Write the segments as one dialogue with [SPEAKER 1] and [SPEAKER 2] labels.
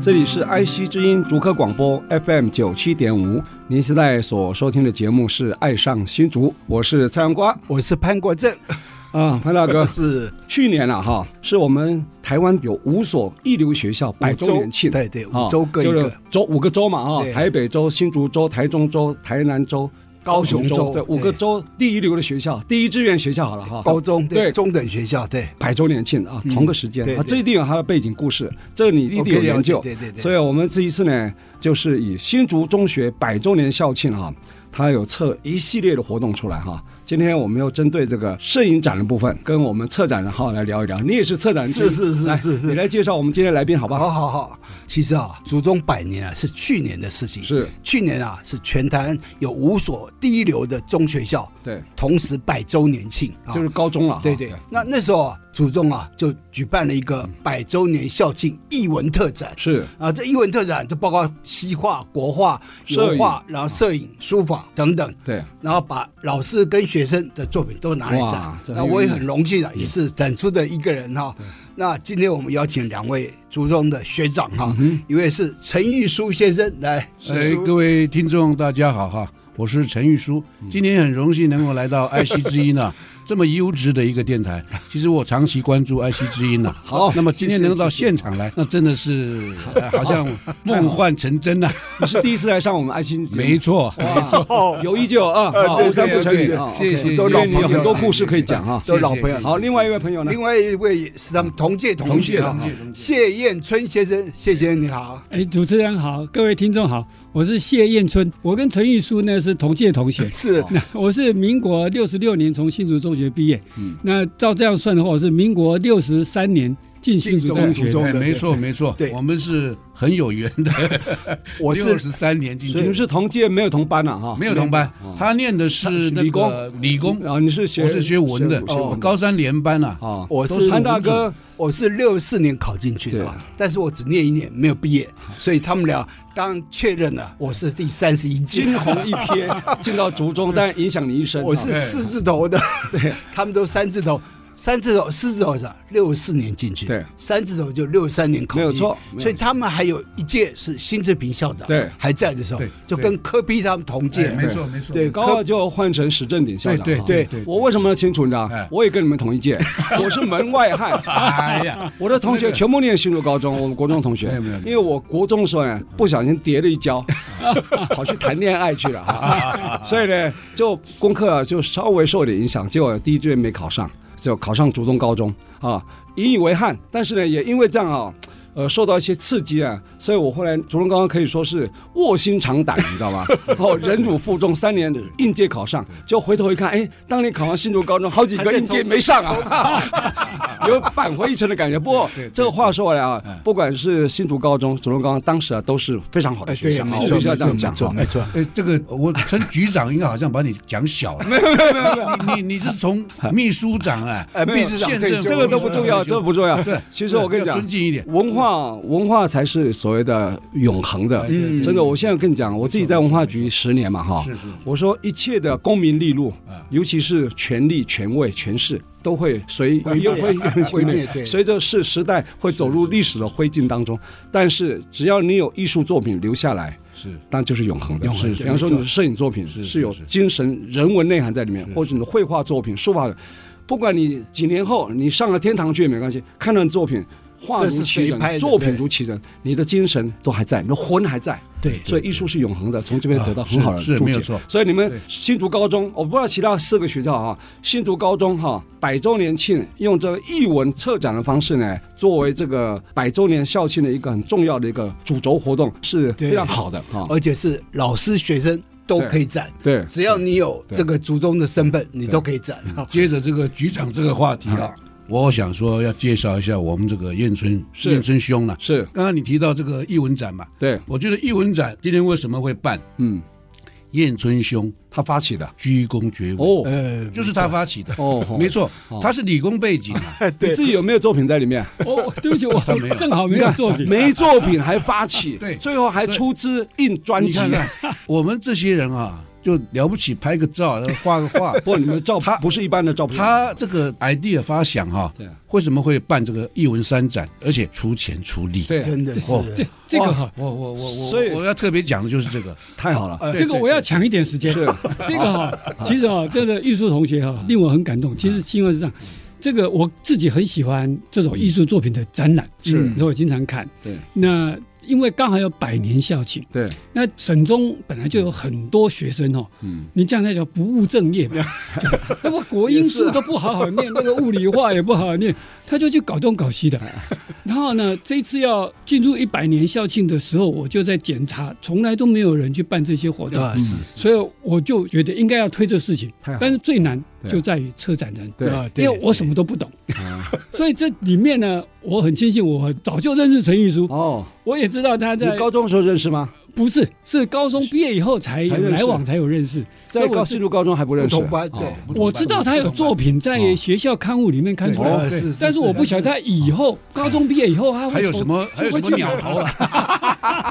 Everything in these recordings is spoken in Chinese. [SPEAKER 1] 这里是 IC 之音竹科广播 FM 九七点五，您现在所收听的节目是《爱上新竹》，我是蔡阳瓜
[SPEAKER 2] 我是潘 国正，
[SPEAKER 1] 啊，潘大
[SPEAKER 2] 我
[SPEAKER 1] 哥。
[SPEAKER 2] 是
[SPEAKER 1] 去年啊，哈，是我们台湾有五所一流学校百周年庆，
[SPEAKER 2] 对对，
[SPEAKER 1] 啊
[SPEAKER 2] 五州各一
[SPEAKER 1] 就是
[SPEAKER 2] 个，
[SPEAKER 1] 州五个州嘛啊，
[SPEAKER 2] 对
[SPEAKER 1] 台北州、新竹州、台中州、台南州、
[SPEAKER 2] 高雄州
[SPEAKER 1] 对，五个州第一流的学校，第一志愿学校好了哈，
[SPEAKER 2] 高中
[SPEAKER 1] 对
[SPEAKER 2] 对中等学校对，
[SPEAKER 1] 百周年庆啊，
[SPEAKER 2] 嗯
[SPEAKER 1] 同个时间、
[SPEAKER 2] 对
[SPEAKER 1] 啊，
[SPEAKER 2] 对
[SPEAKER 1] 这一定有它的背景故事，这你一定有研究。
[SPEAKER 2] 对对对，
[SPEAKER 1] 所以我们这一次呢，就是以新竹中学百周年校庆啊，它有策一系列的活动出来哈、今天我们要针对这个摄影展的部分，跟我们策展人哈来聊一聊。你也是策展人之一，
[SPEAKER 2] 是是是
[SPEAKER 1] 来
[SPEAKER 2] 是
[SPEAKER 1] 你
[SPEAKER 2] 是，
[SPEAKER 1] 来介绍我们今天来宾好不好？
[SPEAKER 2] 好好好，其实啊，祖宗百年啊是去年的事情，
[SPEAKER 1] 是
[SPEAKER 2] 去年啊是全台湾有五所第一流的中学校
[SPEAKER 1] 对，
[SPEAKER 2] 同时百周年庆啊
[SPEAKER 1] 就。是高中了哈。
[SPEAKER 2] 对对，那那时候啊，祖宗啊就举办了一个
[SPEAKER 1] 嗯
[SPEAKER 2] 百周年校庆艺文特展，
[SPEAKER 1] 是
[SPEAKER 2] 啊，这艺文特展就包括西画、国画、
[SPEAKER 1] 摄
[SPEAKER 2] 油
[SPEAKER 1] 影
[SPEAKER 2] 画，然后摄影、书法等等，
[SPEAKER 1] 对，
[SPEAKER 2] 然后把老师跟学生的作品都拿来展
[SPEAKER 1] 哇。这
[SPEAKER 2] 那
[SPEAKER 1] 很有
[SPEAKER 2] 我也
[SPEAKER 1] 意义嗯
[SPEAKER 2] 很荣幸啊，也是展出的一个人哈、那今天我们邀请两位初中的学长哈、
[SPEAKER 1] 嗯
[SPEAKER 2] 一位是陈玉书先生来，
[SPEAKER 3] 哎，各位听众大家好哈，我是陈玉书，
[SPEAKER 1] 嗯
[SPEAKER 3] 今天很荣幸能够来 到爱惜之音啊，这么优质的一个电台。其实我长期关注爱惜之音呐、
[SPEAKER 1] 好
[SPEAKER 3] 那么今天能够到现 场来，那真的是、呃好像梦幻成真呐、
[SPEAKER 1] 你是第一次来上我们爱心节目，
[SPEAKER 3] 没错，
[SPEAKER 1] 没错，有一就有二，
[SPEAKER 2] 呃
[SPEAKER 1] 好，
[SPEAKER 2] 对
[SPEAKER 1] 无三
[SPEAKER 3] 对
[SPEAKER 1] 不成
[SPEAKER 3] 对
[SPEAKER 1] 语啊。
[SPEAKER 3] 谢谢
[SPEAKER 1] OK，
[SPEAKER 2] 都
[SPEAKER 1] 因
[SPEAKER 2] 老
[SPEAKER 1] 为你有
[SPEAKER 2] 朋友
[SPEAKER 1] 很多
[SPEAKER 2] 了
[SPEAKER 1] 故事可以讲啊。
[SPEAKER 2] 都老朋友。
[SPEAKER 1] 好，另外一位朋友呢？
[SPEAKER 2] 另外一位也是他们同届同学啊
[SPEAKER 1] 同届，
[SPEAKER 2] 谢燕春先生，谢先生你好。，
[SPEAKER 4] 哎，主持人好，各位听众好，我是谢燕春，我跟陈玉书呢是同届同学
[SPEAKER 2] 是
[SPEAKER 1] 哦
[SPEAKER 4] 那我是民国六十六年从新竹中学毕业，那照这样算的话，我是民国六十三年进新竹中
[SPEAKER 2] 进
[SPEAKER 4] 学
[SPEAKER 2] 中，
[SPEAKER 3] 哎，没错没错
[SPEAKER 2] 对，
[SPEAKER 3] 我们是很有缘的，
[SPEAKER 2] 我
[SPEAKER 3] 六
[SPEAKER 2] 是
[SPEAKER 3] 十三年进
[SPEAKER 1] 你们
[SPEAKER 3] 去，
[SPEAKER 1] 是同届没有同班啊？哈，
[SPEAKER 3] 没有同班，他念的是那
[SPEAKER 1] 理工
[SPEAKER 3] 个理工，
[SPEAKER 1] 啊，你是学
[SPEAKER 3] 我是学文的，
[SPEAKER 1] 学哦
[SPEAKER 3] 我高三连班啊。
[SPEAKER 1] 啊，
[SPEAKER 2] 我
[SPEAKER 1] 都
[SPEAKER 2] 是
[SPEAKER 1] 潘大哥，
[SPEAKER 2] 我是六四年考进去的啊，但是我只念一年没有毕业，所以他们俩当确认了我是第三十一届，
[SPEAKER 1] 惊鸿一瞥进到族 中，但影响你一生啊。
[SPEAKER 4] 哦
[SPEAKER 2] 我是
[SPEAKER 3] 哎
[SPEAKER 2] 四字头的，对，他们都三字头，三字头四字头是六四年进去，
[SPEAKER 1] 对，
[SPEAKER 2] 三字头就六三年考
[SPEAKER 1] 没
[SPEAKER 2] 进，
[SPEAKER 1] 有错没有错
[SPEAKER 2] 所以他们还有一届是辛志平校长，
[SPEAKER 1] 对
[SPEAKER 2] 还在的时候
[SPEAKER 3] 对，哎
[SPEAKER 2] 就跟柯批他们同届，
[SPEAKER 3] 没错没错，
[SPEAKER 2] 对，
[SPEAKER 1] 高
[SPEAKER 2] 柯
[SPEAKER 1] 二就换成史正鼎校长啊。
[SPEAKER 3] 对对
[SPEAKER 2] 对
[SPEAKER 3] 对
[SPEAKER 1] 我为什么要清楚你知道
[SPEAKER 3] 哎？
[SPEAKER 1] 我也跟你们同一 届，我是门外汉。
[SPEAKER 3] 哎呀，
[SPEAKER 1] 我的同学
[SPEAKER 3] 那个
[SPEAKER 1] 全部念新竹高中，我们国中同学
[SPEAKER 3] 没有没有，
[SPEAKER 1] 因为我国中的时候呢，不小心跌了一 跤，跑去谈恋爱去了啊，所以呢，就功课啊就稍微受点影响，结果第一志愿没考上，就考上竹中高中啊，引以为憾。但是呢，也因为这样啊。呃，受到一些刺激啊，所以我后来竹中高中可以说是卧薪尝胆，你知 道吗？然后忍辱负重，三年应届考上，就回头一看，哎，当年考上新竹高中，好几个应届没上啊， 有扳回一城的感觉。不过
[SPEAKER 3] 对对对
[SPEAKER 1] 这个话说回来啊，
[SPEAKER 2] 嗯
[SPEAKER 1] 不管是新竹高中、竹中高中，当时啊都是非常好的
[SPEAKER 2] 哎
[SPEAKER 1] 学
[SPEAKER 2] 对，
[SPEAKER 1] 校，
[SPEAKER 2] 没
[SPEAKER 1] 我
[SPEAKER 2] 错
[SPEAKER 1] 必须要
[SPEAKER 2] 没
[SPEAKER 1] 这
[SPEAKER 2] 错
[SPEAKER 1] 样
[SPEAKER 2] 没
[SPEAKER 1] 讲啊
[SPEAKER 2] 错
[SPEAKER 1] 哈。
[SPEAKER 2] 没错，
[SPEAKER 3] 哎，这个我陈局长应该好像把你讲小了，没有没有没有，你你是从秘书长啊，
[SPEAKER 2] 呃，
[SPEAKER 1] 没
[SPEAKER 2] 秘
[SPEAKER 1] 有
[SPEAKER 2] 书长
[SPEAKER 3] 现
[SPEAKER 2] 退
[SPEAKER 3] 任
[SPEAKER 2] 休
[SPEAKER 1] 这个都不重要，这个不重要。
[SPEAKER 3] 对，
[SPEAKER 1] 其实我跟你
[SPEAKER 3] 要
[SPEAKER 1] 讲
[SPEAKER 3] 尊。敬一点，
[SPEAKER 1] 文化文化才是所谓的永恒的，
[SPEAKER 3] 哎对对对
[SPEAKER 1] 真的。我现在跟你讲，我自己在文化局十年嘛，哈，
[SPEAKER 3] 是是是
[SPEAKER 1] 我说一切的功名利禄
[SPEAKER 3] 啊，
[SPEAKER 1] 尤其是权力、权位、权势，都会随
[SPEAKER 2] 毁灭毁灭 对
[SPEAKER 1] 随着是时代会走入历史的灰烬当中。但是只要你有艺术作品留下来，
[SPEAKER 3] 是
[SPEAKER 1] 那就是永恒的。
[SPEAKER 2] 永
[SPEAKER 1] 是，
[SPEAKER 2] 恒对
[SPEAKER 1] 比方说
[SPEAKER 2] 没错
[SPEAKER 1] 你的摄影作品
[SPEAKER 3] 是
[SPEAKER 1] 是有
[SPEAKER 3] 是是
[SPEAKER 1] 精神、人文内涵在里面，或者你的绘画作品、书法，不管你几年后你上了天堂去也没关系，看到你作品。画
[SPEAKER 2] 这
[SPEAKER 1] 如
[SPEAKER 2] 是
[SPEAKER 1] 其
[SPEAKER 2] 谁拍
[SPEAKER 1] 人，
[SPEAKER 2] 的
[SPEAKER 1] 作品
[SPEAKER 2] 对
[SPEAKER 1] 如其人，你的精神都还在，你的魂还在，
[SPEAKER 2] 对，
[SPEAKER 1] 所以艺术是永恒的，从这边得到很好的
[SPEAKER 3] 啊是是
[SPEAKER 1] 注
[SPEAKER 3] 没有
[SPEAKER 1] 解
[SPEAKER 3] 错。
[SPEAKER 1] 所以你们
[SPEAKER 3] 对
[SPEAKER 1] 新竹高中，我哦不知道其他四个学校哈，新竹高中哈百周年庆用这个艺文策展的方式呢，作为这个百周年校庆的一个很重要的一个主轴活动，是
[SPEAKER 2] 对
[SPEAKER 1] 非常好的哈。
[SPEAKER 2] 而且是老师学生都可以展，
[SPEAKER 1] 对，
[SPEAKER 2] 只要你有
[SPEAKER 1] 对
[SPEAKER 2] 这个族中的身份，你都可以展。
[SPEAKER 3] 接着这个局长这个话题啊，我想说要介绍一下我们这个燕春
[SPEAKER 1] 是
[SPEAKER 3] 燕春兄了、啊
[SPEAKER 1] 是，
[SPEAKER 3] 刚刚你提到这个艺文展嘛，
[SPEAKER 1] 对，
[SPEAKER 3] 我觉得艺文展今天为什么会办？
[SPEAKER 1] 嗯，
[SPEAKER 3] 燕春兄
[SPEAKER 1] 他发起的
[SPEAKER 3] 鞠躬绝尾，
[SPEAKER 1] 哦
[SPEAKER 2] 呃，
[SPEAKER 3] 就是他发起的，
[SPEAKER 1] 哦，哦
[SPEAKER 3] 没，错，他是理工背景啊，
[SPEAKER 1] 你自己有没有作品在里面？
[SPEAKER 4] 哦，对不起，我
[SPEAKER 3] 他没有
[SPEAKER 4] 正好没有作品，
[SPEAKER 1] 没作品还发起，
[SPEAKER 3] 对
[SPEAKER 1] 最后还出资印专
[SPEAKER 3] 啊你
[SPEAKER 1] 辑。
[SPEAKER 3] 看看我们这些人啊，就了不起，拍个照，画个画。
[SPEAKER 1] 不，你们照
[SPEAKER 3] 他
[SPEAKER 1] 不是一般的照片。
[SPEAKER 3] 哦他这个 idea 发想哈、
[SPEAKER 1] 对啊
[SPEAKER 3] 为什么会办这个艺文三展，而且出钱出力？
[SPEAKER 1] 对啊，
[SPEAKER 2] 真的是
[SPEAKER 3] 哦
[SPEAKER 4] 这这个哈，
[SPEAKER 3] 我我我我，
[SPEAKER 1] 所以
[SPEAKER 3] 我要特别讲的就是这个，
[SPEAKER 1] 太好了，
[SPEAKER 2] 呃
[SPEAKER 4] 这个
[SPEAKER 3] 哎
[SPEAKER 4] 我要抢一点时间。
[SPEAKER 1] 是
[SPEAKER 4] 这个哈，其实哈，这个艺术同学哈，令我很感动。其实新闻是这样，这个我自己很喜欢这种艺术作品的展览，
[SPEAKER 1] 是
[SPEAKER 4] 嗯所以我经常看。
[SPEAKER 1] 对
[SPEAKER 4] 那因为刚好有百年校庆，
[SPEAKER 1] 对，
[SPEAKER 4] 那省中本来就有很多学生哦，
[SPEAKER 1] 嗯
[SPEAKER 4] 你这样那叫不务正业 嘛。那么国英数都不好好念，那个物理化也不好好念，他就去搞东搞 西的。然后呢，这一次要进入一百年校庆的时候，我就在检查，从来都没有人去办这些活动，
[SPEAKER 1] 啊
[SPEAKER 2] 对是
[SPEAKER 4] 所以我就觉得应该要推这事情
[SPEAKER 1] 太好。
[SPEAKER 4] 但是最难
[SPEAKER 1] 对
[SPEAKER 4] 就在于策展人，
[SPEAKER 1] 对
[SPEAKER 2] 啊
[SPEAKER 4] 因为我什么都不懂，所以这里面呢，我很庆幸我早就认识陈玉书，
[SPEAKER 1] 哦，
[SPEAKER 4] 我也知道他
[SPEAKER 1] 你
[SPEAKER 4] 在
[SPEAKER 1] 高中的时候认识吗？
[SPEAKER 4] 不是，是高中毕业以后才有
[SPEAKER 1] 才认识
[SPEAKER 4] 来往才有认识。所
[SPEAKER 1] 在
[SPEAKER 4] 以我
[SPEAKER 1] 高
[SPEAKER 4] 是
[SPEAKER 1] 新竹高中还不认识
[SPEAKER 2] 不同班
[SPEAKER 1] 哦
[SPEAKER 2] 对
[SPEAKER 3] 不同
[SPEAKER 4] 我
[SPEAKER 3] 办
[SPEAKER 4] 知道他有作品在学校刊物里面看出来，
[SPEAKER 2] 呃是，
[SPEAKER 4] 但是我不晓得他以后高中毕业以后他会
[SPEAKER 3] 还有
[SPEAKER 4] 从
[SPEAKER 3] 什么还有什么鸟？
[SPEAKER 4] 从
[SPEAKER 3] 头啊？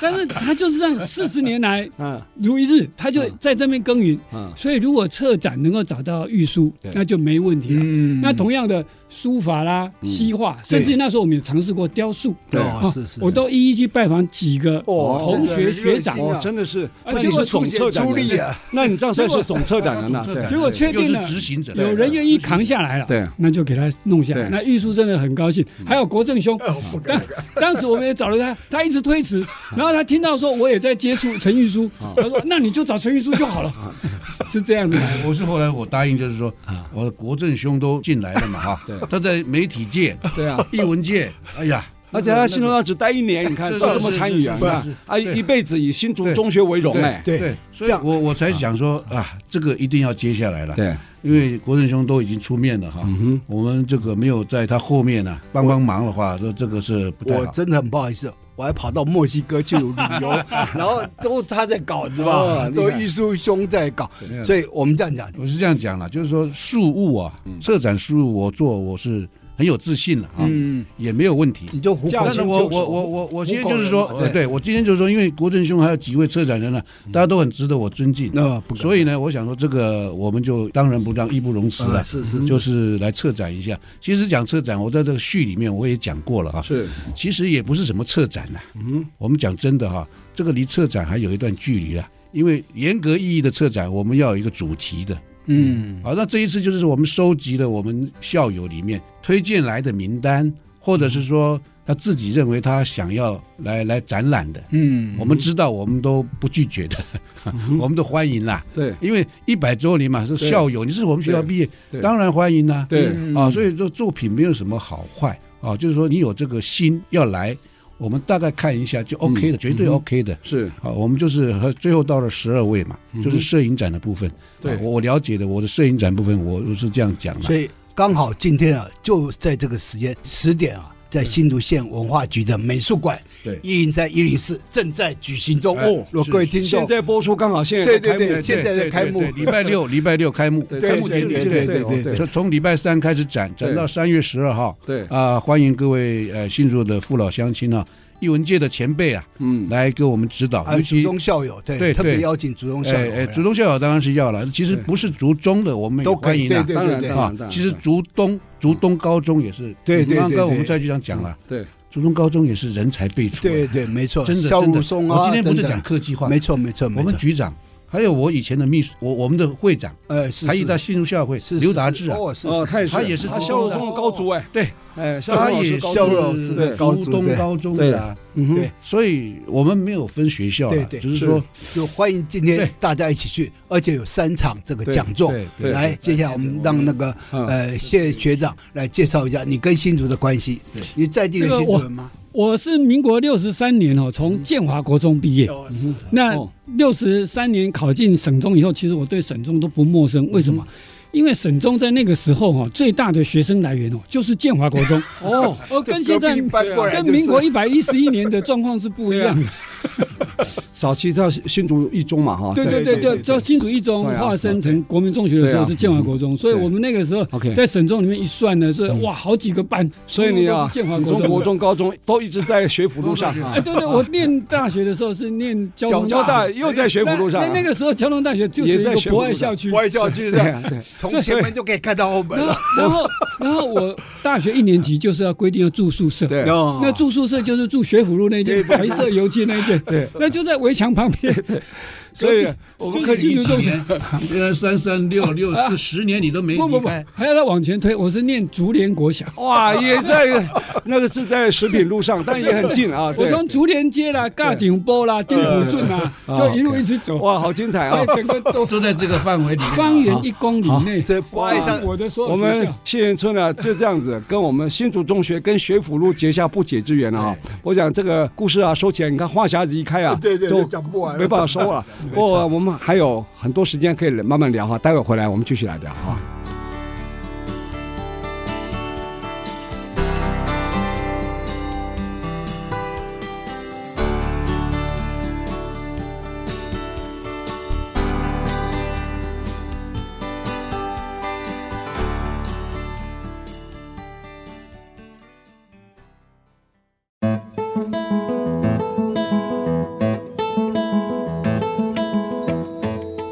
[SPEAKER 4] 但是他就是这样，四十年来
[SPEAKER 1] 嗯
[SPEAKER 4] 如一日，他就在这边耕耘。
[SPEAKER 1] 嗯
[SPEAKER 4] 所以如果策展能够找到玉书
[SPEAKER 1] 对，
[SPEAKER 4] 那就没问题了。
[SPEAKER 1] 嗯
[SPEAKER 4] 那同样的书法啦、西画，甚至那时候我们也尝试过雕塑，
[SPEAKER 1] 对
[SPEAKER 2] 哦是是，
[SPEAKER 4] 我
[SPEAKER 2] 是
[SPEAKER 4] 都一一去拜访几个
[SPEAKER 2] 哦
[SPEAKER 4] 同学学长
[SPEAKER 1] 哦，真的是，
[SPEAKER 4] 啊
[SPEAKER 1] 那
[SPEAKER 4] 结
[SPEAKER 1] 你
[SPEAKER 4] 果
[SPEAKER 1] 是总策展
[SPEAKER 2] 朱莉
[SPEAKER 1] 人，
[SPEAKER 2] 啊，
[SPEAKER 1] 那你这样算是总策展人了，
[SPEAKER 3] 总策
[SPEAKER 1] 对
[SPEAKER 3] 展
[SPEAKER 4] 结果确
[SPEAKER 3] 又
[SPEAKER 4] 定
[SPEAKER 3] 是
[SPEAKER 4] 了。
[SPEAKER 3] 执行者，
[SPEAKER 4] 有人愿意扛下来了，
[SPEAKER 1] 对
[SPEAKER 4] 那就给他弄下来。
[SPEAKER 1] 对嗯哎
[SPEAKER 4] 那玉书真的很高兴，还有国政兄，当当时我们也找了他，他一直推辞， 然后他听到说我也在接触陈玉书，
[SPEAKER 1] 啊
[SPEAKER 4] 他说那你就找陈玉书就好了， 是这样子来的。
[SPEAKER 3] 我是后来我答应，就是说，
[SPEAKER 4] 啊
[SPEAKER 3] 我的国政兄都进来了嘛 哈，他在媒体界、
[SPEAKER 1] 对啊。
[SPEAKER 3] 艺文界，哎呀，
[SPEAKER 1] 而且他新竹高中只待一年，你看
[SPEAKER 3] 是
[SPEAKER 1] 都
[SPEAKER 3] 是
[SPEAKER 1] 这么参与啊，
[SPEAKER 3] 是
[SPEAKER 1] 你
[SPEAKER 3] 是
[SPEAKER 1] 看
[SPEAKER 3] 是是
[SPEAKER 1] 啊，
[SPEAKER 3] 对
[SPEAKER 1] 一辈子以新竹
[SPEAKER 3] 对
[SPEAKER 1] 中学为荣哎，
[SPEAKER 3] 对
[SPEAKER 2] 对，
[SPEAKER 3] 所
[SPEAKER 2] 这
[SPEAKER 3] 以
[SPEAKER 2] 样
[SPEAKER 3] 我我才想说啊，这个一定要接下来了，
[SPEAKER 1] 对，
[SPEAKER 3] 因为国政兄都已经出面了哈，
[SPEAKER 2] 嗯
[SPEAKER 3] 我们这个没有在他后面呢帮帮忙的话，这这个是不太
[SPEAKER 2] 我
[SPEAKER 3] 好。
[SPEAKER 2] 真的很不好意思，我还跑到墨西哥去旅游，然后都他在搞，是吧
[SPEAKER 1] 哦？厉
[SPEAKER 2] 都
[SPEAKER 1] 害
[SPEAKER 2] 艺术兄在搞
[SPEAKER 3] 没，有
[SPEAKER 2] 所以我们这样讲，
[SPEAKER 3] 我是这样讲了，就是说事物啊，
[SPEAKER 2] 嗯
[SPEAKER 3] 策展事物我做我是很有自信了啊，
[SPEAKER 2] 嗯
[SPEAKER 3] 也没有问题。
[SPEAKER 2] 你就胡
[SPEAKER 1] 这样
[SPEAKER 2] 搞
[SPEAKER 3] 但
[SPEAKER 1] 子
[SPEAKER 3] 是
[SPEAKER 2] 成
[SPEAKER 3] 我
[SPEAKER 2] 就手
[SPEAKER 3] 我我我我今天就是
[SPEAKER 1] 胡
[SPEAKER 3] 说，
[SPEAKER 2] 搞人嘛哎嗯
[SPEAKER 3] 呃对我今天就是说，因为国政兄还有几位策展人呢，大家都很值得我尊敬。
[SPEAKER 2] 那呃不
[SPEAKER 3] 所以呢，我想说这个我们就当仁不让，义不容辞了，
[SPEAKER 2] 啊是是
[SPEAKER 3] 就是来策展一下。其实讲策展，我在这个序里面我也讲过了啊，
[SPEAKER 1] 是
[SPEAKER 3] 其实也不是什么策展呐、嗯，我们讲真的哈、这个离策展还有一段距离啊。因为严格意义的策展，我们要有一个主题的。
[SPEAKER 2] 嗯
[SPEAKER 3] 好，那这一次就是我们收集了我们校友里面推荐来的名单，或者是说他自己认为他想要来来展览的，
[SPEAKER 2] 嗯
[SPEAKER 3] 我们知道我们都不拒绝的， 我们都欢迎啦。
[SPEAKER 1] 对
[SPEAKER 3] 因为一百周年嘛，是
[SPEAKER 1] 对
[SPEAKER 3] 校友，你是我们学校毕业
[SPEAKER 1] 对，
[SPEAKER 3] 当然欢迎啦。
[SPEAKER 1] 对
[SPEAKER 3] 啊，所以说作品没有什么好坏啊，就是说你有这个心要来，我们大概看一下就 OK 的，绝对 OK 的。
[SPEAKER 1] 是
[SPEAKER 3] 啊，我们就是和最后到了十二位嘛，就是摄影展的部分。
[SPEAKER 1] 对
[SPEAKER 3] 啊我我了解的，我的摄影展部分，我我是这样讲的。
[SPEAKER 2] 所以刚好今天啊，就在这个时间十点啊，在新竹县文化局的美术馆，
[SPEAKER 3] 对
[SPEAKER 2] 一零三一零四正在举行中
[SPEAKER 3] 哎
[SPEAKER 2] 哦。如果各位听
[SPEAKER 1] 现
[SPEAKER 2] 众，
[SPEAKER 1] 在播出刚好现在
[SPEAKER 2] 对
[SPEAKER 1] 开幕
[SPEAKER 2] 对对
[SPEAKER 3] 对
[SPEAKER 2] 现在在开幕
[SPEAKER 3] 对对对礼拜六，礼拜六开幕，
[SPEAKER 1] 对
[SPEAKER 3] 开幕
[SPEAKER 2] 对
[SPEAKER 3] 典礼，
[SPEAKER 2] 对
[SPEAKER 3] 对
[SPEAKER 2] 对对
[SPEAKER 3] 从从礼拜三开始展，展
[SPEAKER 1] 对
[SPEAKER 3] 到三月十二号。
[SPEAKER 1] 对
[SPEAKER 3] 啊，欢迎各位呃新竹的父老乡亲啊，艺文界的前辈啊，
[SPEAKER 1] 嗯
[SPEAKER 3] 来给我们指导，
[SPEAKER 2] 啊，
[SPEAKER 3] 尤
[SPEAKER 2] 竹
[SPEAKER 3] 其
[SPEAKER 2] 中校友
[SPEAKER 3] 对
[SPEAKER 2] 对，特别
[SPEAKER 3] 对
[SPEAKER 2] 邀请竹中校
[SPEAKER 3] 哎
[SPEAKER 2] 友
[SPEAKER 3] 哎，
[SPEAKER 2] 来，
[SPEAKER 3] 竹东校友当然是要了，其实不是竹中的，我们也
[SPEAKER 2] 都可
[SPEAKER 3] 欢
[SPEAKER 2] 以，
[SPEAKER 3] 迎
[SPEAKER 2] 对
[SPEAKER 3] 啊
[SPEAKER 2] 对
[SPEAKER 1] 当
[SPEAKER 2] 对
[SPEAKER 1] 然当
[SPEAKER 2] 对
[SPEAKER 1] 然
[SPEAKER 3] 啊，其实竹东竹东高中也是，
[SPEAKER 2] 对对
[SPEAKER 3] 刚
[SPEAKER 2] 对
[SPEAKER 3] 刚我们
[SPEAKER 2] 对
[SPEAKER 3] 在局长讲了，
[SPEAKER 1] 对
[SPEAKER 3] 竹东高中也是人才辈出，啊
[SPEAKER 2] 对，对，没错，
[SPEAKER 3] 真的
[SPEAKER 2] 肖
[SPEAKER 3] 真的
[SPEAKER 2] 如松啊，
[SPEAKER 3] 我今天不
[SPEAKER 2] 真
[SPEAKER 3] 是
[SPEAKER 2] 的
[SPEAKER 3] 讲客气话，
[SPEAKER 2] 没错没错
[SPEAKER 3] 我
[SPEAKER 2] 没错
[SPEAKER 3] 们，局长还有我以前的秘书，我我们的会长，
[SPEAKER 2] 呃，是
[SPEAKER 3] 台艺大
[SPEAKER 2] 是
[SPEAKER 3] 新竹校友会
[SPEAKER 2] 是
[SPEAKER 3] 刘达志啊，
[SPEAKER 2] 哦是
[SPEAKER 1] 哦，
[SPEAKER 2] 是
[SPEAKER 1] 他也
[SPEAKER 2] 是
[SPEAKER 1] 是
[SPEAKER 3] 他也是
[SPEAKER 1] 他
[SPEAKER 3] 中
[SPEAKER 1] 肖如
[SPEAKER 3] 的
[SPEAKER 1] 松的高足哎，
[SPEAKER 3] 对，
[SPEAKER 1] 哎，像
[SPEAKER 3] 他
[SPEAKER 1] 我是
[SPEAKER 3] 也
[SPEAKER 1] 高
[SPEAKER 2] 校
[SPEAKER 1] 中
[SPEAKER 2] 肉
[SPEAKER 3] 是
[SPEAKER 2] 是的高
[SPEAKER 3] 竹
[SPEAKER 2] 中
[SPEAKER 3] 东
[SPEAKER 2] 对
[SPEAKER 3] 高中的啊，
[SPEAKER 1] 嗯哼
[SPEAKER 2] 对
[SPEAKER 3] 所以我们没有分学校
[SPEAKER 2] 对
[SPEAKER 3] 啦，
[SPEAKER 2] 对，
[SPEAKER 3] 只是说
[SPEAKER 2] 就欢迎今天
[SPEAKER 3] 对
[SPEAKER 2] 大家一起去，而且有三场这个
[SPEAKER 1] 对
[SPEAKER 2] 讲座
[SPEAKER 3] 对。
[SPEAKER 1] 对
[SPEAKER 2] 来，接下来我们让那个
[SPEAKER 1] 嗯
[SPEAKER 2] 呃谢学长来介绍一下你跟新竹的关系。你在地的新竹人吗？
[SPEAKER 4] 我是民国六十三年哦，从建华国中毕业。
[SPEAKER 2] 有是
[SPEAKER 4] 那
[SPEAKER 1] 哦
[SPEAKER 4] 六十三年考进省中以后，其实我对省中都不陌生。为什
[SPEAKER 1] 嗯
[SPEAKER 4] 么？因为省中在那个时候哈、哦，最大的学生来源哦，就是建华 国中哦，哦，跟现在
[SPEAKER 2] 隔壁搬过来
[SPEAKER 4] 跟
[SPEAKER 2] 就是
[SPEAKER 4] 民国一百一十一年的状况是不一样的。
[SPEAKER 1] 早期在新竹一中嘛哈，
[SPEAKER 4] 对对对对，就新竹一中
[SPEAKER 1] 对啊
[SPEAKER 4] 化身成国民中学的时候
[SPEAKER 1] 对啊啊
[SPEAKER 4] 是建华国中，所以我们那个时候
[SPEAKER 1] OK 嗯
[SPEAKER 4] 在省中里面一算呢，是哇好几个班，
[SPEAKER 1] 所以你啊，
[SPEAKER 4] 全部都是
[SPEAKER 1] 你
[SPEAKER 4] 建华
[SPEAKER 1] 从
[SPEAKER 4] 国
[SPEAKER 1] 国
[SPEAKER 4] 中。
[SPEAKER 1] 中、高中都一直在学府路上啊
[SPEAKER 4] 哎，，对 对，我念大学的时候是念交通
[SPEAKER 1] 交大又在学府路上啊
[SPEAKER 4] 那，那那个时候交通大学就只有一
[SPEAKER 1] 也在
[SPEAKER 4] 个
[SPEAKER 1] 学府路上
[SPEAKER 4] 博爱校区，
[SPEAKER 2] 外校区是
[SPEAKER 1] 对
[SPEAKER 2] 吧
[SPEAKER 1] 啊对，
[SPEAKER 2] 从前门就可以看到后门
[SPEAKER 4] 然
[SPEAKER 2] 了
[SPEAKER 4] 后。然后然后我大学一年级就是要规定要住宿舍，
[SPEAKER 1] 对
[SPEAKER 2] 哦
[SPEAKER 4] 那住宿舍就是住学府路那间白色油漆那间，
[SPEAKER 1] 对，
[SPEAKER 4] 那就在围墙旁边，
[SPEAKER 1] 所以
[SPEAKER 4] 隔壁
[SPEAKER 1] 我们
[SPEAKER 4] 就是
[SPEAKER 1] 可以
[SPEAKER 4] 新竹中学
[SPEAKER 3] 现在三三六六是十年你都没
[SPEAKER 4] 不不
[SPEAKER 3] 离
[SPEAKER 4] 不
[SPEAKER 3] 开，，
[SPEAKER 4] 还要再往前推，我是念竹联国小。
[SPEAKER 1] 哇，也在那个是在食品路上，但也很近啊。
[SPEAKER 4] 我
[SPEAKER 1] 对，
[SPEAKER 4] 从竹联街啦、尬顶坡啦、丁埔镇啦，
[SPEAKER 1] 嗯
[SPEAKER 4] 就一路一直走，哎
[SPEAKER 1] 哇，好精彩啊！
[SPEAKER 4] 对，整个都
[SPEAKER 3] 都在这个范围里面啊。
[SPEAKER 4] 方圆一公里内。
[SPEAKER 2] 这不
[SPEAKER 4] 哇
[SPEAKER 2] 爱上
[SPEAKER 4] 我的所
[SPEAKER 1] 我
[SPEAKER 4] 有学
[SPEAKER 1] 们
[SPEAKER 4] 校，
[SPEAKER 1] 谢元春呢、啊就这样子，跟我们新竹中学跟学府路结下不解之缘了啊！我想这个故事啊，说起来，你看话匣子一开啊，
[SPEAKER 2] 对对对
[SPEAKER 1] 就
[SPEAKER 2] 讲不完了
[SPEAKER 1] 没办法说 了。不过我们还有很多时间可以慢慢聊哈、待会回来我们继续来聊哈、
[SPEAKER 2] 嗯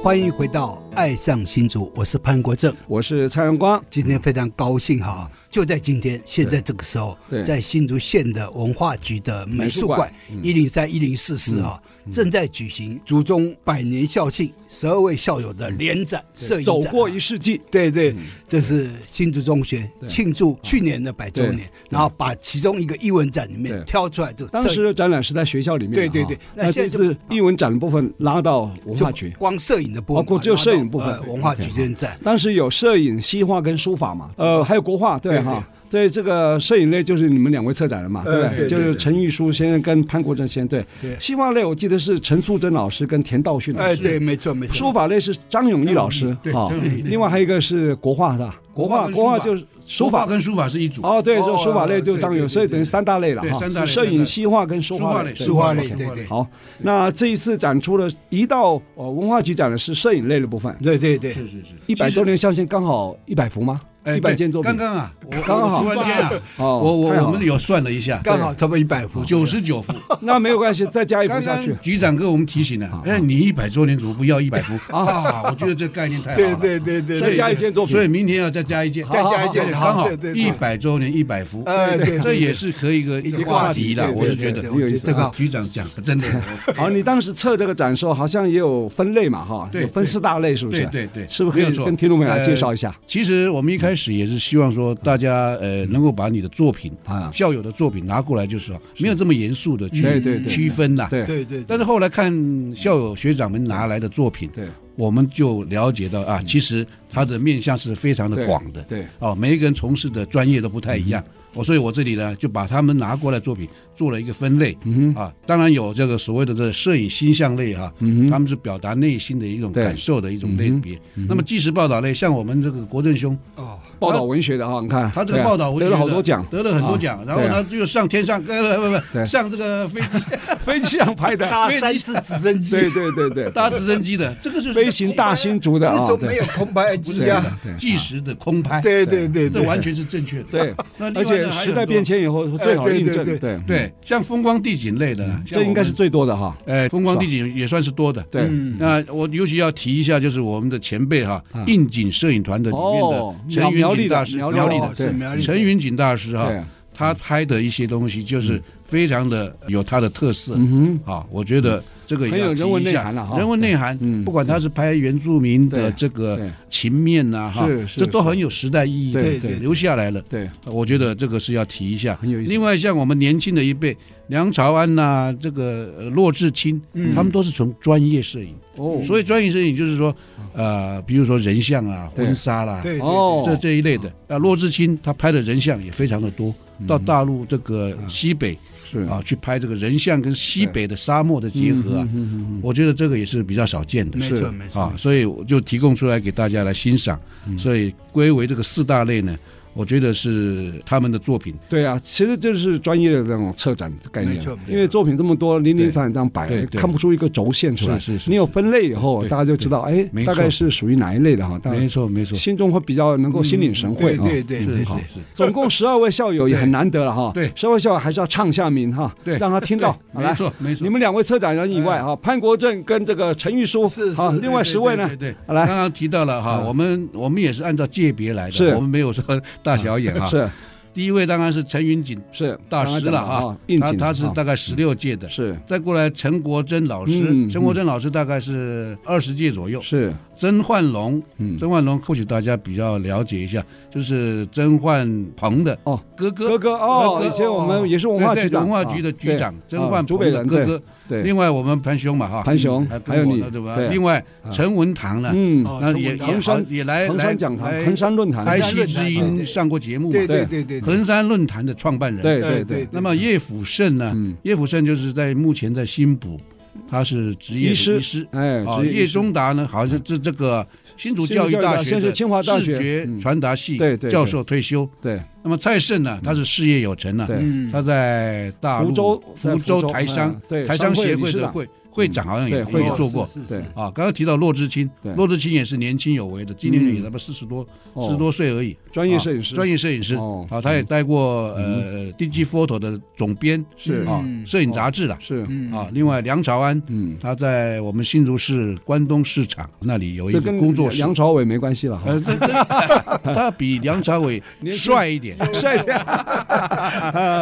[SPEAKER 2] 欢迎回到《爱上新竹》，我是潘国正。
[SPEAKER 1] 我是蔡荣光，
[SPEAKER 2] 今天非常高兴哈，就在今天，现在这个时候
[SPEAKER 1] 对，
[SPEAKER 2] 在新竹县的文化局的美术
[SPEAKER 1] 美术
[SPEAKER 2] 馆
[SPEAKER 1] 馆嗯
[SPEAKER 2] 一零三一零四室啊，正在举行竹中百年校庆十二位校友的联展摄影展。
[SPEAKER 1] 嗯走过一嗯世纪，
[SPEAKER 2] 对对，这是新竹中学庆祝去年的百周
[SPEAKER 1] 嗯对嗯
[SPEAKER 2] 年，然后把其中一个艺文展里面
[SPEAKER 1] 对
[SPEAKER 2] 挑出来这个摄
[SPEAKER 1] 当
[SPEAKER 2] 影，
[SPEAKER 1] 时的展览是在学校里面的哈、
[SPEAKER 2] 对对对那
[SPEAKER 1] 那
[SPEAKER 2] 现
[SPEAKER 1] 这
[SPEAKER 2] 在就
[SPEAKER 1] 次译文展的部分拉到文
[SPEAKER 2] 就
[SPEAKER 1] 化局。
[SPEAKER 2] 光摄影的部分
[SPEAKER 1] 哦
[SPEAKER 2] 嘛，
[SPEAKER 1] 就摄影
[SPEAKER 2] 拿到
[SPEAKER 1] 部分
[SPEAKER 2] 呃
[SPEAKER 1] 对
[SPEAKER 2] 文化
[SPEAKER 1] OK，
[SPEAKER 2] 局这边展。
[SPEAKER 1] 当时有摄影、西画跟书法嘛，呃，还有国画，对
[SPEAKER 2] 对
[SPEAKER 1] 哈。对这个摄影类就是你们两位策展人嘛，对不
[SPEAKER 2] 对
[SPEAKER 1] 对？
[SPEAKER 2] 对
[SPEAKER 1] 就是陈玉书先生跟潘国正先生。对，
[SPEAKER 2] 对
[SPEAKER 1] 西画类我记得是陈素贞老师跟田道旭老
[SPEAKER 2] 哎，
[SPEAKER 1] 师。
[SPEAKER 2] 对，没错没
[SPEAKER 1] 嗯
[SPEAKER 2] 错。
[SPEAKER 1] 书法类是张永义老师
[SPEAKER 3] 对
[SPEAKER 1] 哈
[SPEAKER 3] 张永义对
[SPEAKER 1] 另外还有一个是国画的，国
[SPEAKER 3] 国
[SPEAKER 1] 画
[SPEAKER 3] 画跟
[SPEAKER 1] 国画
[SPEAKER 3] 书法
[SPEAKER 1] 就是书
[SPEAKER 3] 书法
[SPEAKER 1] 法。
[SPEAKER 3] 跟书法是一组，
[SPEAKER 1] 哦，对，就
[SPEAKER 2] 哦
[SPEAKER 1] 书法类就
[SPEAKER 2] 对
[SPEAKER 1] 张
[SPEAKER 2] 对
[SPEAKER 1] 永，
[SPEAKER 2] 对
[SPEAKER 1] 所以
[SPEAKER 2] 对
[SPEAKER 1] 等于
[SPEAKER 2] 对
[SPEAKER 1] 三大类了
[SPEAKER 3] 对
[SPEAKER 1] 哈
[SPEAKER 3] 三大，类
[SPEAKER 1] 摄
[SPEAKER 3] 三大
[SPEAKER 1] 影、
[SPEAKER 3] 类
[SPEAKER 1] 西画跟书
[SPEAKER 3] 书
[SPEAKER 1] 画
[SPEAKER 3] 画
[SPEAKER 1] 类。
[SPEAKER 3] 类，
[SPEAKER 1] 对
[SPEAKER 2] 书画类
[SPEAKER 3] 书
[SPEAKER 2] 对对
[SPEAKER 3] 好
[SPEAKER 1] 好，那这一次展出了移到呃文化局展的是摄影类的部分，
[SPEAKER 2] 对对对，
[SPEAKER 3] 是是是，
[SPEAKER 1] 一百周年校庆刚好一百幅吗？
[SPEAKER 3] 哎
[SPEAKER 1] 一百
[SPEAKER 3] 对
[SPEAKER 1] 件作品
[SPEAKER 3] 刚。刚啊，我
[SPEAKER 1] 刚好
[SPEAKER 3] 我突然间啊，
[SPEAKER 1] 哦
[SPEAKER 3] 我
[SPEAKER 1] 太
[SPEAKER 3] 我
[SPEAKER 1] 好了
[SPEAKER 3] 我们有算了一下，
[SPEAKER 2] 刚好差不多一百幅，
[SPEAKER 3] 九十九幅。
[SPEAKER 1] 那没有关系，再加一幅
[SPEAKER 3] 刚
[SPEAKER 1] 哎下去
[SPEAKER 3] 刚。局长跟我们提醒了，哎，你一百周年怎么不要一百幅啊？我觉得这概念太好
[SPEAKER 2] 对
[SPEAKER 3] 了。
[SPEAKER 2] 对对对
[SPEAKER 1] 所以
[SPEAKER 2] 对，
[SPEAKER 1] 加一件作品
[SPEAKER 3] 所以明天要再加一件，
[SPEAKER 2] 再加一件
[SPEAKER 3] 对
[SPEAKER 2] 好
[SPEAKER 3] 刚好
[SPEAKER 2] 对对对
[SPEAKER 3] 一百周年一百幅，
[SPEAKER 2] 哎对对
[SPEAKER 3] 这也是可以一个
[SPEAKER 2] 一个
[SPEAKER 3] 一个话
[SPEAKER 2] 话
[SPEAKER 3] 题
[SPEAKER 2] 题
[SPEAKER 3] 啦。
[SPEAKER 2] 对
[SPEAKER 3] 我
[SPEAKER 2] 对
[SPEAKER 3] 是觉
[SPEAKER 2] 对
[SPEAKER 3] 得
[SPEAKER 2] 对
[SPEAKER 1] 我觉得
[SPEAKER 2] 这个
[SPEAKER 3] 局长讲的真的，
[SPEAKER 1] 好，你当时测这个展售好像也有分类嘛，哈，
[SPEAKER 3] 对
[SPEAKER 1] 有分四大类，是不是？
[SPEAKER 3] 对对对，
[SPEAKER 1] 是不是可
[SPEAKER 3] 没有
[SPEAKER 1] 以
[SPEAKER 3] 错
[SPEAKER 1] 跟听众朋友来介绍一下
[SPEAKER 3] 呃？其实我们一开始也是希望说，大家呃能够把你的作品
[SPEAKER 1] 啊
[SPEAKER 3] 校友的作品拿过来，就是说没有这么严肃的去
[SPEAKER 1] 对对对
[SPEAKER 3] 区分啦。
[SPEAKER 1] 对
[SPEAKER 2] 对对，
[SPEAKER 3] 但是后来看校友学长们拿来的作品，
[SPEAKER 1] 对
[SPEAKER 3] 我们就了解到
[SPEAKER 2] 嗯
[SPEAKER 3] 啊，其实它的面向是非常的
[SPEAKER 1] 对
[SPEAKER 3] 广的。
[SPEAKER 1] 对，
[SPEAKER 3] 哦，每一个人从事的专业都不太一
[SPEAKER 1] 嗯
[SPEAKER 3] 样。我所以，我这里呢就把他们拿过来作品做了一个分类，
[SPEAKER 1] 嗯
[SPEAKER 3] 啊，当然有这个所谓的这摄影星象类哈、他们是表达内心的一种
[SPEAKER 1] 嗯对嗯
[SPEAKER 3] 感受的一种类别。那么纪实报道类，像我们这个国政兄，
[SPEAKER 2] 哦，
[SPEAKER 1] 报道文学的哈，你看
[SPEAKER 3] 他这个报道我
[SPEAKER 1] 对啊得
[SPEAKER 3] 觉得
[SPEAKER 1] 了好多奖，
[SPEAKER 3] 得了很多奖
[SPEAKER 1] 啊，
[SPEAKER 3] 然后
[SPEAKER 1] 对
[SPEAKER 3] 呢
[SPEAKER 1] 啊
[SPEAKER 3] 就上天上呃不不
[SPEAKER 1] 对
[SPEAKER 3] 不上这个飞机
[SPEAKER 1] 飞机上拍的，
[SPEAKER 2] 搭三次直升机，
[SPEAKER 1] 对对对对，
[SPEAKER 3] 搭直升机的，这个就是
[SPEAKER 1] 飞行大新竹的
[SPEAKER 2] 那
[SPEAKER 1] 啊
[SPEAKER 2] 时候，没
[SPEAKER 1] 对
[SPEAKER 2] 有空白机啊，
[SPEAKER 3] 纪实的空拍，
[SPEAKER 2] 对对对
[SPEAKER 3] 这
[SPEAKER 2] 对，
[SPEAKER 3] 完全是正确的。
[SPEAKER 1] 对，
[SPEAKER 3] 那另
[SPEAKER 1] 而且
[SPEAKER 3] 外呢还有
[SPEAKER 1] 时代
[SPEAKER 3] 很多
[SPEAKER 1] 变迁以后最好
[SPEAKER 2] 哎对
[SPEAKER 1] 印证，
[SPEAKER 2] 对对
[SPEAKER 1] 对，
[SPEAKER 3] 对，像风光地景类的，
[SPEAKER 1] 嗯
[SPEAKER 3] 像
[SPEAKER 1] 这应该
[SPEAKER 3] 我们
[SPEAKER 1] 是最多的哈，
[SPEAKER 3] 呃，风光地景也算是多的。
[SPEAKER 1] 对，
[SPEAKER 3] 那我尤其要提一下，就是我们的前辈哈，应景摄影团的里面
[SPEAKER 1] 啊哦
[SPEAKER 3] 的，陈
[SPEAKER 1] 苗
[SPEAKER 3] 云
[SPEAKER 1] 栗
[SPEAKER 3] 景
[SPEAKER 1] 的
[SPEAKER 3] 大师，
[SPEAKER 1] 苗
[SPEAKER 3] 苗栗
[SPEAKER 1] 的
[SPEAKER 3] 的
[SPEAKER 2] 是苗栗的
[SPEAKER 3] 陈云景大师哈
[SPEAKER 1] 对，嗯
[SPEAKER 3] 他拍的一些东西就是非常的有他的特色啊，我觉得这个也
[SPEAKER 1] 嗯很
[SPEAKER 3] 要
[SPEAKER 1] 有人
[SPEAKER 3] 提
[SPEAKER 1] 文
[SPEAKER 3] 一
[SPEAKER 1] 内
[SPEAKER 3] 下
[SPEAKER 1] 涵了哈
[SPEAKER 3] 人文内涵
[SPEAKER 1] 嗯，
[SPEAKER 3] 不管他是拍原住民的
[SPEAKER 1] 对
[SPEAKER 3] 这个
[SPEAKER 1] 对
[SPEAKER 3] 情面呐，哈
[SPEAKER 1] 是，是
[SPEAKER 3] 这都很有时代意义的
[SPEAKER 1] 对
[SPEAKER 2] 对，
[SPEAKER 3] 留下来了。
[SPEAKER 1] 对，
[SPEAKER 3] 我觉得这个是要提一下。
[SPEAKER 1] 很有意思
[SPEAKER 3] 另外，像我们年轻的一辈，梁朝安呐、这个呃骆志清，
[SPEAKER 1] 嗯
[SPEAKER 3] 他们都是从专业摄影。
[SPEAKER 1] 哦
[SPEAKER 3] 所以专业摄影就是说，呃，比如说人像啊、
[SPEAKER 1] 对
[SPEAKER 3] 婚纱啦，
[SPEAKER 2] 对对
[SPEAKER 1] 哦，
[SPEAKER 3] 这这一类的。啊，骆志清他拍的人像也非常的多，到大陆这个西北
[SPEAKER 1] 是嗯
[SPEAKER 3] 啊去拍这个人像跟西北的沙漠的结合啊，我觉得这个也是比较少见的。
[SPEAKER 2] 没
[SPEAKER 1] 是
[SPEAKER 2] 错没错
[SPEAKER 3] 啊，，所以我就提供出来给大家来欣赏。所以归为这个四大类呢，我觉得是他们的作品。
[SPEAKER 1] 对啊，其实就是专业的那种策展的概念
[SPEAKER 2] 没错
[SPEAKER 1] 啊，
[SPEAKER 2] 没错
[SPEAKER 1] 因为作品这么多，零零散散这样摆
[SPEAKER 3] 对，对
[SPEAKER 1] 看不出一个轴线出来。
[SPEAKER 3] 是是是
[SPEAKER 1] 你有分类以后，
[SPEAKER 3] 对
[SPEAKER 1] 大家就知道，哎
[SPEAKER 3] 没，错
[SPEAKER 1] 大概是属于哪一类的哈。大
[SPEAKER 3] 没
[SPEAKER 1] 家
[SPEAKER 3] 错，没错，
[SPEAKER 1] 心中会比较能够心领神会
[SPEAKER 2] 对
[SPEAKER 1] 啊。
[SPEAKER 2] 对对对
[SPEAKER 3] 好
[SPEAKER 2] 对，
[SPEAKER 3] 是
[SPEAKER 1] 总共十二位校友也很难得了哈。
[SPEAKER 3] 对
[SPEAKER 1] 十二位校友还是要唱下名哈，
[SPEAKER 3] 对
[SPEAKER 1] 让他听到。
[SPEAKER 3] 对
[SPEAKER 1] 来
[SPEAKER 3] 没错哎没错
[SPEAKER 1] 你们两位策展人以外哈，潘国正跟这个陈玉书
[SPEAKER 2] 是是
[SPEAKER 1] 啊，
[SPEAKER 2] 对
[SPEAKER 1] 另外十位呢
[SPEAKER 3] 对，对，
[SPEAKER 1] 好来啊
[SPEAKER 3] 刚刚提到了哈，我们我们也是按照界别来
[SPEAKER 1] 是啊
[SPEAKER 3] 的，我们没有说大小眼哈。
[SPEAKER 1] 是
[SPEAKER 3] 第一位当然是陈云锦
[SPEAKER 1] 是
[SPEAKER 3] 大
[SPEAKER 1] 刚
[SPEAKER 3] 师
[SPEAKER 1] 刚
[SPEAKER 3] 了
[SPEAKER 1] 讲
[SPEAKER 3] 哈，
[SPEAKER 1] 应啊
[SPEAKER 3] 他
[SPEAKER 1] 景
[SPEAKER 3] 他是
[SPEAKER 1] 哈
[SPEAKER 3] 大概十六届的。
[SPEAKER 1] 是
[SPEAKER 3] 再过来，陈国珍老
[SPEAKER 1] 嗯
[SPEAKER 3] 师，
[SPEAKER 1] 嗯
[SPEAKER 3] 陈国珍老师大概是二十届左右。
[SPEAKER 1] 是
[SPEAKER 3] 曾焕龙，
[SPEAKER 1] 嗯
[SPEAKER 3] 曾焕龙或许大家比较了解一下，就是曾焕鹏的
[SPEAKER 1] 哦
[SPEAKER 3] 哥哥，
[SPEAKER 1] 哥哥哦，以前我们也是文化
[SPEAKER 3] 对
[SPEAKER 1] 局
[SPEAKER 3] 对
[SPEAKER 1] 长
[SPEAKER 3] 文化局的局长
[SPEAKER 1] 啊对
[SPEAKER 3] 曾焕
[SPEAKER 1] 啊竹
[SPEAKER 3] 鹏
[SPEAKER 1] 北
[SPEAKER 3] 的
[SPEAKER 1] 人
[SPEAKER 3] 哥哥。
[SPEAKER 1] 对对
[SPEAKER 3] 另外我们潘兄嘛哈，嗯
[SPEAKER 1] 潘雄
[SPEAKER 3] 还
[SPEAKER 1] 还有
[SPEAKER 3] 跟我
[SPEAKER 1] 你
[SPEAKER 3] 呢对吧？
[SPEAKER 1] 对啊
[SPEAKER 3] 另外陈文堂呢，
[SPEAKER 1] 嗯
[SPEAKER 2] 哦
[SPEAKER 3] 那
[SPEAKER 2] 陈
[SPEAKER 3] 也
[SPEAKER 2] 文堂
[SPEAKER 1] 衡
[SPEAKER 3] 也好
[SPEAKER 1] 山
[SPEAKER 3] 也来
[SPEAKER 1] 衡
[SPEAKER 3] 来
[SPEAKER 1] 山讲堂
[SPEAKER 3] 来
[SPEAKER 1] 衡山论坛啊
[SPEAKER 3] 来
[SPEAKER 2] 衡山
[SPEAKER 3] 西
[SPEAKER 2] 论
[SPEAKER 3] 之
[SPEAKER 2] 坛
[SPEAKER 3] 音
[SPEAKER 2] 对
[SPEAKER 3] 上过节目嘛
[SPEAKER 2] 对，
[SPEAKER 1] 对
[SPEAKER 2] 对对对对，
[SPEAKER 3] 衡山论坛的创办人。
[SPEAKER 1] 对嗯
[SPEAKER 2] 对
[SPEAKER 1] 对对
[SPEAKER 2] 对
[SPEAKER 3] 那么叶辅胜呢？叶辅胜就是在目前在新浦，他是职业的
[SPEAKER 1] 医师
[SPEAKER 3] 医师。
[SPEAKER 1] 哎
[SPEAKER 3] 啊，
[SPEAKER 1] 职业医
[SPEAKER 3] 叶
[SPEAKER 1] 师嗯
[SPEAKER 3] 中达呢，好像是这这个新竹
[SPEAKER 1] 新竹
[SPEAKER 3] 教育
[SPEAKER 1] 教育大
[SPEAKER 3] 大
[SPEAKER 1] 现
[SPEAKER 3] 学
[SPEAKER 1] 在
[SPEAKER 3] 的
[SPEAKER 1] 是清华大学
[SPEAKER 3] 视觉
[SPEAKER 1] 嗯
[SPEAKER 3] 传达系
[SPEAKER 1] 对对对
[SPEAKER 3] 教授退休。
[SPEAKER 1] 对
[SPEAKER 3] 那么蔡胜呢，他是事业有成呢，
[SPEAKER 1] 对
[SPEAKER 3] 他在大陆
[SPEAKER 1] 福州在
[SPEAKER 3] 福
[SPEAKER 1] 福州
[SPEAKER 3] 州台商
[SPEAKER 1] 嗯对
[SPEAKER 3] 台商协
[SPEAKER 1] 商会理
[SPEAKER 3] 会
[SPEAKER 1] 事
[SPEAKER 3] 的
[SPEAKER 1] 长嗯
[SPEAKER 3] 会会长，好像也
[SPEAKER 1] 对会
[SPEAKER 3] 也
[SPEAKER 1] 长
[SPEAKER 3] 做过。
[SPEAKER 2] 是是
[SPEAKER 1] 对
[SPEAKER 2] 是
[SPEAKER 3] 啊，刚刚提到骆志清
[SPEAKER 1] 对，
[SPEAKER 3] 骆志清也是年轻有为的，今年也他妈四十多，
[SPEAKER 1] 哦
[SPEAKER 3] 四十多岁而已。
[SPEAKER 1] 专业摄影师
[SPEAKER 3] 专业摄影师
[SPEAKER 1] 哦嗯
[SPEAKER 3] 啊，他也带过呃 DG Photo 的总编
[SPEAKER 1] 是
[SPEAKER 3] 啊，摄影杂志了
[SPEAKER 1] 是
[SPEAKER 3] 啊。另外，梁朝安
[SPEAKER 1] 嗯，
[SPEAKER 3] 他在我们新竹市关东市场那里有一
[SPEAKER 1] 这
[SPEAKER 3] 个
[SPEAKER 1] 跟
[SPEAKER 3] 工作室
[SPEAKER 1] 梁。朝伟没关系了哈。
[SPEAKER 3] 呃，这 这他比梁朝伟
[SPEAKER 1] 年轻
[SPEAKER 3] 帅一点，
[SPEAKER 1] 帅一点，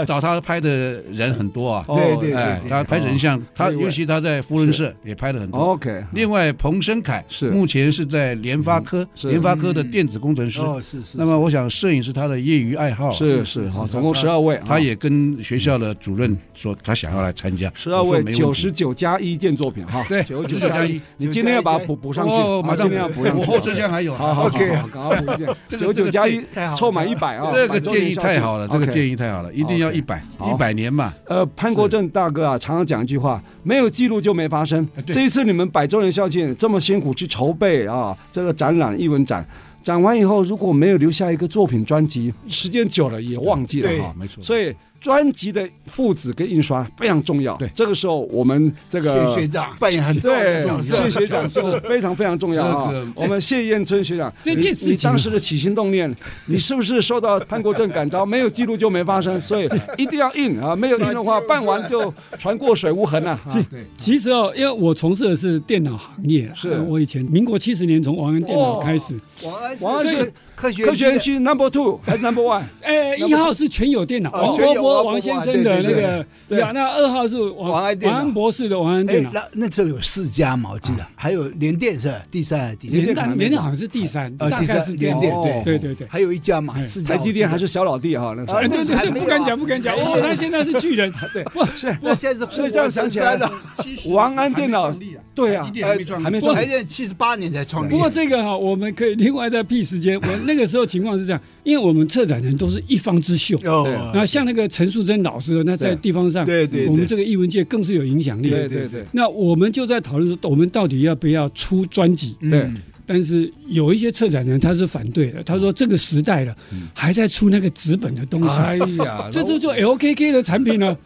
[SPEAKER 3] 找他拍的人很多啊。
[SPEAKER 1] 哦
[SPEAKER 2] 对对对
[SPEAKER 3] 哎，
[SPEAKER 2] 对，
[SPEAKER 3] 他拍人像，他
[SPEAKER 1] 哎呦喂
[SPEAKER 3] 尤其他在福伦社也拍了很多。
[SPEAKER 1] OK，
[SPEAKER 3] 另外，彭生凯
[SPEAKER 1] 是嗯
[SPEAKER 3] 目前是在联发科，
[SPEAKER 1] 是嗯
[SPEAKER 3] 联发科的电子工程师。
[SPEAKER 2] 哦是是，
[SPEAKER 3] 那么，我想摄影是他的业余爱好啊，
[SPEAKER 1] 是是好，总共十二位啊，
[SPEAKER 3] 他也跟学校的主任说他想要来参加，
[SPEAKER 1] 十二
[SPEAKER 3] 我说
[SPEAKER 1] 位
[SPEAKER 3] 没问题
[SPEAKER 1] 九十九加一件作品哈，
[SPEAKER 3] 对
[SPEAKER 1] 九十九
[SPEAKER 3] 99
[SPEAKER 1] 加
[SPEAKER 3] 加
[SPEAKER 1] 一
[SPEAKER 3] 一，
[SPEAKER 1] 你今天要把它补补上去，好
[SPEAKER 3] 哦，马上
[SPEAKER 1] 今天要补上去，
[SPEAKER 3] 我后车厢还有，
[SPEAKER 1] 好好好，好
[SPEAKER 2] OK
[SPEAKER 1] 好赶快补一件，
[SPEAKER 3] 这个
[SPEAKER 1] 九九加一
[SPEAKER 3] 这个
[SPEAKER 2] 太好，了
[SPEAKER 1] 凑满一百啊，
[SPEAKER 3] 这个建议太好了，这个
[SPEAKER 1] 议。
[SPEAKER 3] 建议太好了，一定要一百
[SPEAKER 1] 好
[SPEAKER 3] 一百年嘛，
[SPEAKER 1] 呃，潘国正大哥啊，常常讲一句话：没有记录就没发生。
[SPEAKER 3] 哎对
[SPEAKER 1] 这一次你们百周年校庆这么辛苦去筹备啊，这个展览艺文展，展完以后如果没有留下一个作品专辑，时间久了也忘记了
[SPEAKER 2] 对
[SPEAKER 1] 哈。
[SPEAKER 3] 没错
[SPEAKER 1] 所以专辑的父子跟印刷非常重要。
[SPEAKER 3] 对
[SPEAKER 1] 这个时候我们这个
[SPEAKER 2] 谢学长扮演很重要的
[SPEAKER 1] 对
[SPEAKER 2] 角，色
[SPEAKER 1] 谢，学长是非常非常重要啊
[SPEAKER 3] 这个！
[SPEAKER 1] 我们谢燕春学长，
[SPEAKER 4] 这件事情
[SPEAKER 1] 你你当时的起心动念，你是不是受到潘国正感召？没有记录就没发生，所以一定要印啊！没有印的话，办完就船过水无痕啊！啊
[SPEAKER 4] 其实哦，因为我从事的是电脑行业啦，
[SPEAKER 1] 是哦
[SPEAKER 4] 我以前民国七十年从王安电脑开始，
[SPEAKER 2] 王安
[SPEAKER 1] 王安
[SPEAKER 2] 这
[SPEAKER 1] 是
[SPEAKER 2] 个科学
[SPEAKER 1] 科学
[SPEAKER 2] 院
[SPEAKER 1] 园区 Number Two 还是 Number One？
[SPEAKER 4] 哎，一号是全友电脑，
[SPEAKER 2] 啊
[SPEAKER 4] 王
[SPEAKER 2] 全友
[SPEAKER 4] 波波
[SPEAKER 2] 王
[SPEAKER 4] 王先
[SPEAKER 2] 对
[SPEAKER 4] 生的
[SPEAKER 2] 对
[SPEAKER 4] 那
[SPEAKER 2] 对
[SPEAKER 4] 个，呀，那二号是王
[SPEAKER 2] 王安电脑
[SPEAKER 4] 王安博士的王安电
[SPEAKER 2] 哎，
[SPEAKER 4] 脑，
[SPEAKER 2] 那那时候有四家嘛，我记得还有联电是吧第三还是第
[SPEAKER 1] 联
[SPEAKER 2] 四
[SPEAKER 1] 电？
[SPEAKER 4] 联大联电好像是第三，
[SPEAKER 2] 呃，
[SPEAKER 4] 大
[SPEAKER 2] 第
[SPEAKER 4] 概
[SPEAKER 2] 三
[SPEAKER 4] 是这
[SPEAKER 2] 联
[SPEAKER 4] 样。
[SPEAKER 2] 电
[SPEAKER 1] 哦
[SPEAKER 4] 对
[SPEAKER 2] 对
[SPEAKER 4] 对对。
[SPEAKER 2] 还有一家嘛，四家
[SPEAKER 1] 台积电
[SPEAKER 2] 我
[SPEAKER 1] 还
[SPEAKER 2] 记
[SPEAKER 1] 是小老弟哈，那
[SPEAKER 2] 啊
[SPEAKER 1] 时
[SPEAKER 4] 哎，
[SPEAKER 1] 候。
[SPEAKER 4] 对对
[SPEAKER 2] 还
[SPEAKER 4] 对，
[SPEAKER 2] 没有啊
[SPEAKER 4] 不敢讲，不敢讲。哦，他现在是巨人，
[SPEAKER 2] 哎
[SPEAKER 4] 对，不是
[SPEAKER 2] 得那现在是
[SPEAKER 1] 所以这样想起来
[SPEAKER 2] 的，
[SPEAKER 1] 王安电脑对啊
[SPEAKER 3] 呀，台积电
[SPEAKER 1] 还
[SPEAKER 3] 还没创立
[SPEAKER 1] 没
[SPEAKER 2] 台
[SPEAKER 1] 创
[SPEAKER 2] 积电七十八年才创立
[SPEAKER 4] 不。过这个哈，我们可以另外再辟时间。我那个时候情况是这样，因为我们策展人都是一方之秀，
[SPEAKER 2] 哦
[SPEAKER 4] 那像那个陈素贞老师，那在地方上，
[SPEAKER 2] 对对对
[SPEAKER 4] 我们这个艺文界更是有影响力。
[SPEAKER 1] 对对对
[SPEAKER 4] 那我们就在讨论说，我们到底要不要出专辑？
[SPEAKER 1] 对，
[SPEAKER 4] 但是有一些策展人他是反对的，他说这个时代了，还在出那个纸本的东西，
[SPEAKER 1] 嗯哎 呀
[SPEAKER 4] 这就做 LKK 的产品 呢。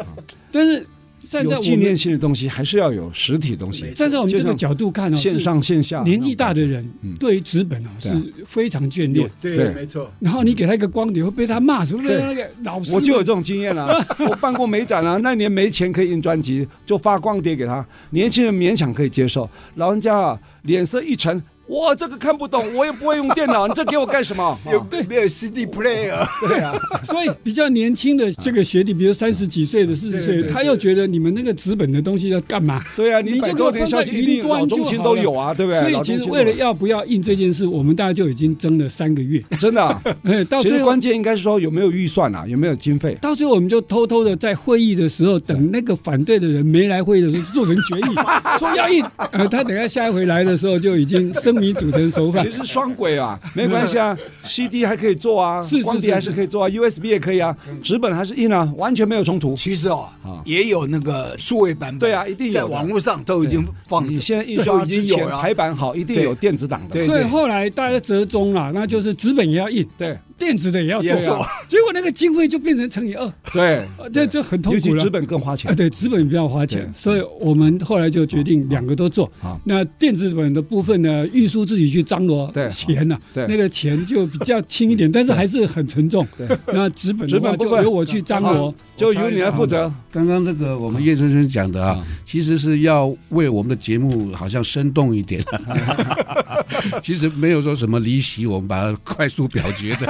[SPEAKER 4] 但是站在
[SPEAKER 1] 有
[SPEAKER 4] 我
[SPEAKER 1] 纪
[SPEAKER 4] 们
[SPEAKER 1] 念性的东西，还是要有实体东西。
[SPEAKER 4] 站在我们这个角度看哦，
[SPEAKER 1] 线上线下，
[SPEAKER 4] 是年纪大的人
[SPEAKER 1] 嗯
[SPEAKER 4] 对于纸本啊
[SPEAKER 1] 对
[SPEAKER 4] 是
[SPEAKER 1] 啊
[SPEAKER 4] 非常眷恋。
[SPEAKER 1] 对
[SPEAKER 2] 对，没错。
[SPEAKER 4] 然后你给他一个光碟，会被他骂死，会被那个老师
[SPEAKER 1] 我就有这种经验啦、我办过美展啊，那年没钱可以印专辑，就发光碟给他。年轻人勉强可以接受，老人家啊，脸色一沉，我这个看不懂，我也不会用电脑，你这给我干什么？啊
[SPEAKER 2] 有没有 CD player？
[SPEAKER 1] 对啊，
[SPEAKER 4] 所以比较年轻的这个学弟，比如三十几岁的、四十
[SPEAKER 2] 对
[SPEAKER 4] 岁，
[SPEAKER 2] 对
[SPEAKER 4] 他又觉得你们那个纸本的东西要干嘛？
[SPEAKER 1] 对啊，你
[SPEAKER 4] 你
[SPEAKER 1] 百
[SPEAKER 4] 就给
[SPEAKER 1] 多
[SPEAKER 4] 我
[SPEAKER 1] 年
[SPEAKER 4] 放
[SPEAKER 1] 校
[SPEAKER 4] 在
[SPEAKER 1] 庆一定
[SPEAKER 4] 云
[SPEAKER 1] 老
[SPEAKER 4] 端
[SPEAKER 1] 中
[SPEAKER 4] 就
[SPEAKER 1] 青
[SPEAKER 4] 好
[SPEAKER 1] 都
[SPEAKER 4] 了
[SPEAKER 1] 有啊，对不对？
[SPEAKER 4] 所以
[SPEAKER 1] 老
[SPEAKER 4] 其
[SPEAKER 1] 中
[SPEAKER 4] 实
[SPEAKER 1] 青
[SPEAKER 4] 为
[SPEAKER 1] 都
[SPEAKER 4] 了
[SPEAKER 1] 有
[SPEAKER 4] 要不要印这件事，我们大家就已经争了三个月。
[SPEAKER 1] 真的啊，
[SPEAKER 4] 哎，到
[SPEAKER 1] 其
[SPEAKER 4] 最
[SPEAKER 1] 实
[SPEAKER 4] 后
[SPEAKER 1] 关键应该是说有没有预算啊，有没有经费。
[SPEAKER 4] 到最后，我们就偷偷的在会议的时候，等那个反对的人没来会的时候，做成决议，说要印。呃，他等一下下一回来的时候，就已经生米煮成熟饭
[SPEAKER 1] 其。实双轨啊，没关系啊，CD 还可以做啊，
[SPEAKER 4] 是是
[SPEAKER 1] 光
[SPEAKER 4] 是
[SPEAKER 1] 碟还
[SPEAKER 4] 是嗯
[SPEAKER 1] 是可以做啊，USB 也可以啊，纸本还是印啊，完全没有冲突。
[SPEAKER 2] 其实哦
[SPEAKER 1] 啊，
[SPEAKER 2] 也有那个数位版本，
[SPEAKER 1] 对啊一定有的
[SPEAKER 2] 在网络上都已经放着，
[SPEAKER 1] 你现在印
[SPEAKER 2] 都
[SPEAKER 1] 刷
[SPEAKER 2] 已
[SPEAKER 1] 之
[SPEAKER 2] 经
[SPEAKER 1] 前
[SPEAKER 2] 有了，啊
[SPEAKER 1] 排版好，一定
[SPEAKER 2] 对
[SPEAKER 1] 有电子档的。
[SPEAKER 2] 对
[SPEAKER 4] 所以后来大家折中了，那就是纸本也要印，
[SPEAKER 1] 对
[SPEAKER 4] 电子的也要做
[SPEAKER 2] 也
[SPEAKER 1] 做
[SPEAKER 4] 啊。结果那个经费就变成乘以二，
[SPEAKER 1] 对，
[SPEAKER 4] 呃这这很痛
[SPEAKER 1] 尤
[SPEAKER 4] 苦
[SPEAKER 1] 其
[SPEAKER 4] 了
[SPEAKER 1] 纸。本更花
[SPEAKER 4] 啊，
[SPEAKER 1] 钱。
[SPEAKER 4] 对，纸本比较花
[SPEAKER 1] 对
[SPEAKER 4] 钱，所以我们后来就决定两个都做
[SPEAKER 1] 好。
[SPEAKER 4] 那电子本的部分呢，玉书自己去张罗
[SPEAKER 1] 对
[SPEAKER 4] 钱呐、
[SPEAKER 1] 对
[SPEAKER 4] 那个钱就比较 轻一点，但是还是很沉重。
[SPEAKER 1] 对，
[SPEAKER 4] 那纸本
[SPEAKER 1] 纸
[SPEAKER 4] 的
[SPEAKER 1] 本
[SPEAKER 4] 话
[SPEAKER 1] 部
[SPEAKER 4] 就
[SPEAKER 1] 分
[SPEAKER 4] 由我去张罗。
[SPEAKER 1] 就由你来负责。
[SPEAKER 3] 刚刚这个我们叶先生讲的啊
[SPEAKER 1] 啊，
[SPEAKER 3] 其实是要为我们的节目好像生动一点，啊其实没有说什么离席，我们把它快速表决的。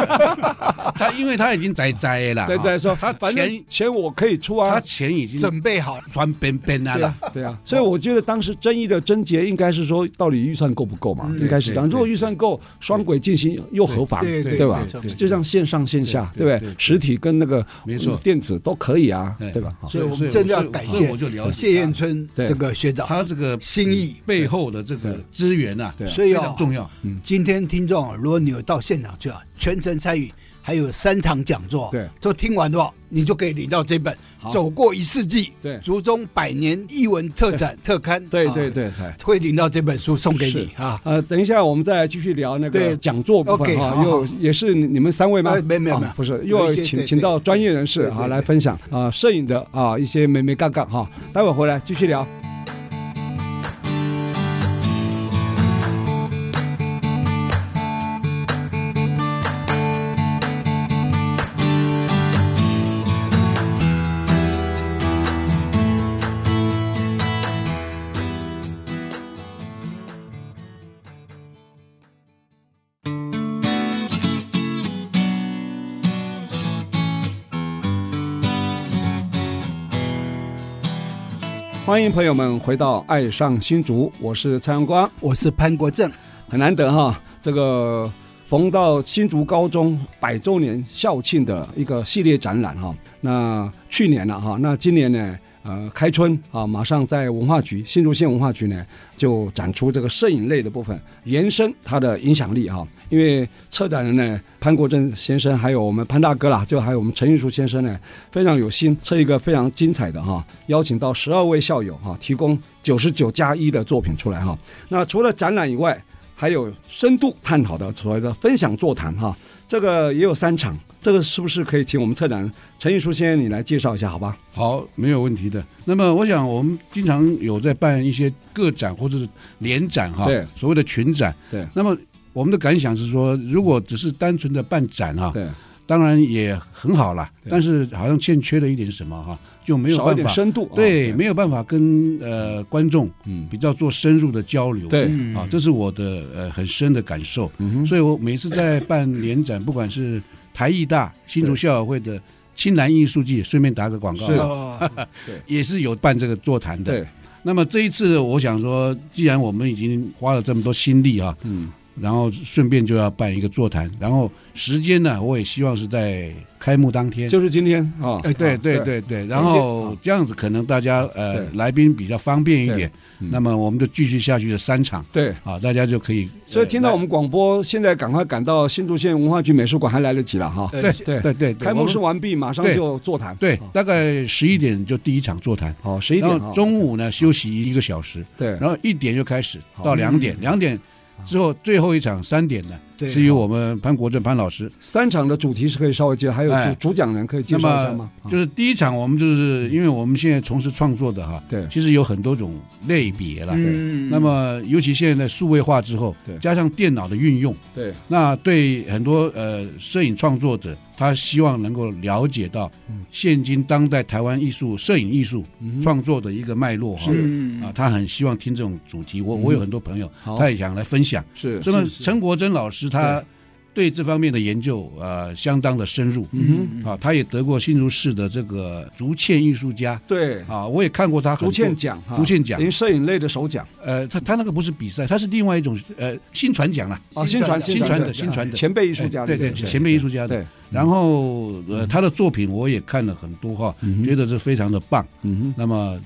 [SPEAKER 3] 他因为他已经在在了，
[SPEAKER 1] 再再说，
[SPEAKER 3] 啊他
[SPEAKER 1] 反
[SPEAKER 3] 钱
[SPEAKER 1] 正钱我可以出
[SPEAKER 3] 他
[SPEAKER 1] 啊。
[SPEAKER 3] 钱已经
[SPEAKER 2] 准备好
[SPEAKER 3] 穿边边啊
[SPEAKER 1] 对
[SPEAKER 3] 了
[SPEAKER 1] 啊，，对啊，所以我觉得当时争议的症结应该是说，到底预算够不够嘛？应该是这样。
[SPEAKER 3] 对对
[SPEAKER 1] 如果预算够，双轨进行又何妨？
[SPEAKER 2] 对
[SPEAKER 3] 对
[SPEAKER 1] 对吧？
[SPEAKER 3] 对
[SPEAKER 1] 就像线上线下，
[SPEAKER 3] 对
[SPEAKER 1] 对不
[SPEAKER 3] 对
[SPEAKER 1] 对
[SPEAKER 3] 对？
[SPEAKER 1] 实体跟那个嗯
[SPEAKER 3] 没错
[SPEAKER 1] 电子都可以啊，
[SPEAKER 3] 对
[SPEAKER 1] 对吧？好
[SPEAKER 2] 所以我
[SPEAKER 3] 所
[SPEAKER 2] 们
[SPEAKER 3] 以
[SPEAKER 2] 真的要
[SPEAKER 3] 所以
[SPEAKER 2] 感
[SPEAKER 3] 所以
[SPEAKER 2] 谢
[SPEAKER 3] 我就了解
[SPEAKER 2] 谢燕春
[SPEAKER 1] 对
[SPEAKER 2] 这个学长
[SPEAKER 3] 他这个
[SPEAKER 2] 心意。
[SPEAKER 3] 背后的这个资源啊，
[SPEAKER 1] 对啊
[SPEAKER 2] 所以
[SPEAKER 3] 非常
[SPEAKER 2] 哦，
[SPEAKER 3] 重要。
[SPEAKER 2] 今天听众如果你有到现场去啊，全程参与，还有三场讲座，啊
[SPEAKER 1] 对，
[SPEAKER 2] 都听完的话，你就可以领到这本
[SPEAKER 1] 好
[SPEAKER 2] 《走过一世纪》
[SPEAKER 1] 对
[SPEAKER 2] 竹中百年艺文特展特刊，
[SPEAKER 1] 对
[SPEAKER 2] 啊
[SPEAKER 1] 对，对，对。
[SPEAKER 2] 会领到这本书送给你
[SPEAKER 1] 是
[SPEAKER 2] 啊。
[SPEAKER 1] 呃，等一下，我们再继续聊那个
[SPEAKER 2] 对
[SPEAKER 1] 讲座部分
[SPEAKER 2] OK，
[SPEAKER 1] 哈，
[SPEAKER 2] 好
[SPEAKER 1] 又也是你你们三位吗
[SPEAKER 2] 呃？没有没有没有
[SPEAKER 1] 啊不是，
[SPEAKER 2] 有
[SPEAKER 1] 又
[SPEAKER 2] 一些
[SPEAKER 1] 请
[SPEAKER 2] 对
[SPEAKER 1] 请到
[SPEAKER 2] 对
[SPEAKER 1] 专业人士
[SPEAKER 2] 对对
[SPEAKER 1] 啊
[SPEAKER 2] 对
[SPEAKER 1] 来分享啊摄影的啊一些美美杠杠哈，待会儿回来继续聊。欢迎朋友们回到《爱上新竹》，我是蔡阳光，
[SPEAKER 2] 我是潘国正，
[SPEAKER 1] 很难得哈，这个逢到新竹高中百周年校庆的一个系列展览哈。那去年了哈，那今年呢？呃，开春啊，马上在文化局新竹县文化局呢，就展出这个摄影类的部分，延伸它的影响力哈。因为策展人呢，潘国正先生，还有我们潘大哥啦，就还有我们陈玉树先生呢，非常有心，策一个非常精彩的哈，邀请到十二位校友哈，提供九十九加一的作品出来哈。那除了展览以外，还有深度探讨的所谓的分享座谈哈，这个也有三场，这个是不是可以请我们策展人陈玉书先生你来介绍一下，好吧？
[SPEAKER 3] 好，没有问题的。那么，我想我们经常有在办一些个展或者是联展哈
[SPEAKER 1] 对，
[SPEAKER 3] 所谓的群展。
[SPEAKER 1] 对
[SPEAKER 3] 那么我们的感想是说，如果只是单纯的办展啊，
[SPEAKER 1] 对，
[SPEAKER 3] 当然也很好啦，
[SPEAKER 1] 对
[SPEAKER 3] 但是好像欠缺了一点什么哈，就没有
[SPEAKER 1] 少一
[SPEAKER 3] 办
[SPEAKER 1] 点
[SPEAKER 3] 法。
[SPEAKER 1] 深度，
[SPEAKER 3] 对，
[SPEAKER 1] 哦
[SPEAKER 3] 没有办法跟呃观众
[SPEAKER 1] 嗯，
[SPEAKER 3] 比较做深入的交流。
[SPEAKER 1] 对，
[SPEAKER 2] 嗯
[SPEAKER 1] 嗯
[SPEAKER 3] 啊，这是我的呃很深的感受。
[SPEAKER 1] 嗯哼，
[SPEAKER 3] 所以我每次在办联展，不管是台艺大、新竹校友会的青南艺术季，顺便打个广告啊，
[SPEAKER 1] 是
[SPEAKER 2] 哦
[SPEAKER 3] 也是有办这个座谈的。
[SPEAKER 1] 对，
[SPEAKER 3] 那么这一次，我想说，既然我们已经花了这么多心力啊，
[SPEAKER 1] 嗯，
[SPEAKER 3] 然后顺便就要办一个座谈，然后时间呢，我也希望是在开幕当天。
[SPEAKER 1] 就是今天啊，
[SPEAKER 3] 哎，对对
[SPEAKER 1] 对啊
[SPEAKER 3] 对对，然后这样子可能大家呃
[SPEAKER 1] 对
[SPEAKER 3] 来宾比较方便一点，
[SPEAKER 1] 嗯
[SPEAKER 3] 那么我们就继续下去的三场
[SPEAKER 1] 对。
[SPEAKER 3] 啊，大家就可以。
[SPEAKER 1] 所以听到我
[SPEAKER 3] 们
[SPEAKER 1] 们广播，现在赶快赶到新竹县文化局美术馆，还来得及了哈。
[SPEAKER 3] 对
[SPEAKER 2] 呃
[SPEAKER 1] 对
[SPEAKER 3] 对对对
[SPEAKER 1] 开幕式
[SPEAKER 3] 我们
[SPEAKER 1] 完毕，马上
[SPEAKER 3] 对
[SPEAKER 1] 就座谈。
[SPEAKER 3] 对
[SPEAKER 1] 哦，
[SPEAKER 3] 大概十一点就第一场座谈，
[SPEAKER 1] 好，十一点
[SPEAKER 3] 然
[SPEAKER 1] 啊
[SPEAKER 3] 后中午呢休息一个小时，
[SPEAKER 1] 对，
[SPEAKER 3] 然后一点就开始
[SPEAKER 1] 好嗯
[SPEAKER 3] 到两点，两点之后最后一场三点呢，
[SPEAKER 2] 对
[SPEAKER 3] 是由我们潘国正潘老师。
[SPEAKER 1] 三场的主题是可以稍微介，还有主、
[SPEAKER 3] 哎
[SPEAKER 1] 主讲人可以介
[SPEAKER 3] 那
[SPEAKER 1] 绍一下
[SPEAKER 3] 么
[SPEAKER 1] 吗？
[SPEAKER 3] 就是第一场，我们就是因为我们现在从事创作的哈，
[SPEAKER 1] 嗯对
[SPEAKER 3] 其实有很多种类别了。
[SPEAKER 2] 嗯
[SPEAKER 3] 那么尤其现在数位化之后
[SPEAKER 1] 对，
[SPEAKER 3] 加上电脑的运用，
[SPEAKER 1] 啊对，
[SPEAKER 3] 那对很多呃摄影创作者，他希望能够了解到
[SPEAKER 1] 嗯
[SPEAKER 3] 现今当代台湾艺术摄影艺术创作的一个脉络哈。啊，他很希望听这种主题。我我有很多朋友，
[SPEAKER 1] 嗯好
[SPEAKER 3] 他也想来分享。
[SPEAKER 1] 是
[SPEAKER 3] 那么
[SPEAKER 1] 是是
[SPEAKER 3] 陈国珍老师他对这方面的研究呃相当的深入。
[SPEAKER 1] 嗯
[SPEAKER 3] 啊，他也得过新竹市的这个竹堑艺术家
[SPEAKER 1] 哼，对，
[SPEAKER 3] 啊，我也看过他很
[SPEAKER 1] 竹
[SPEAKER 3] 多
[SPEAKER 1] 堑奖哈，
[SPEAKER 3] 竹堑奖
[SPEAKER 1] 您摄影类的首奖
[SPEAKER 3] 呃，他他那个不是比赛，他是另外一种呃新传奖啦，
[SPEAKER 1] 啊，新传
[SPEAKER 3] 新传
[SPEAKER 1] 传啊
[SPEAKER 3] 的新传的
[SPEAKER 1] 前辈艺术家
[SPEAKER 3] 哎
[SPEAKER 1] 里
[SPEAKER 3] 对
[SPEAKER 1] 面，
[SPEAKER 3] 对，前辈艺术家的。
[SPEAKER 1] 对，嗯
[SPEAKER 3] 然后呃，他的作品我也看了很多哈，觉得这非常的棒。
[SPEAKER 1] 嗯
[SPEAKER 3] 那么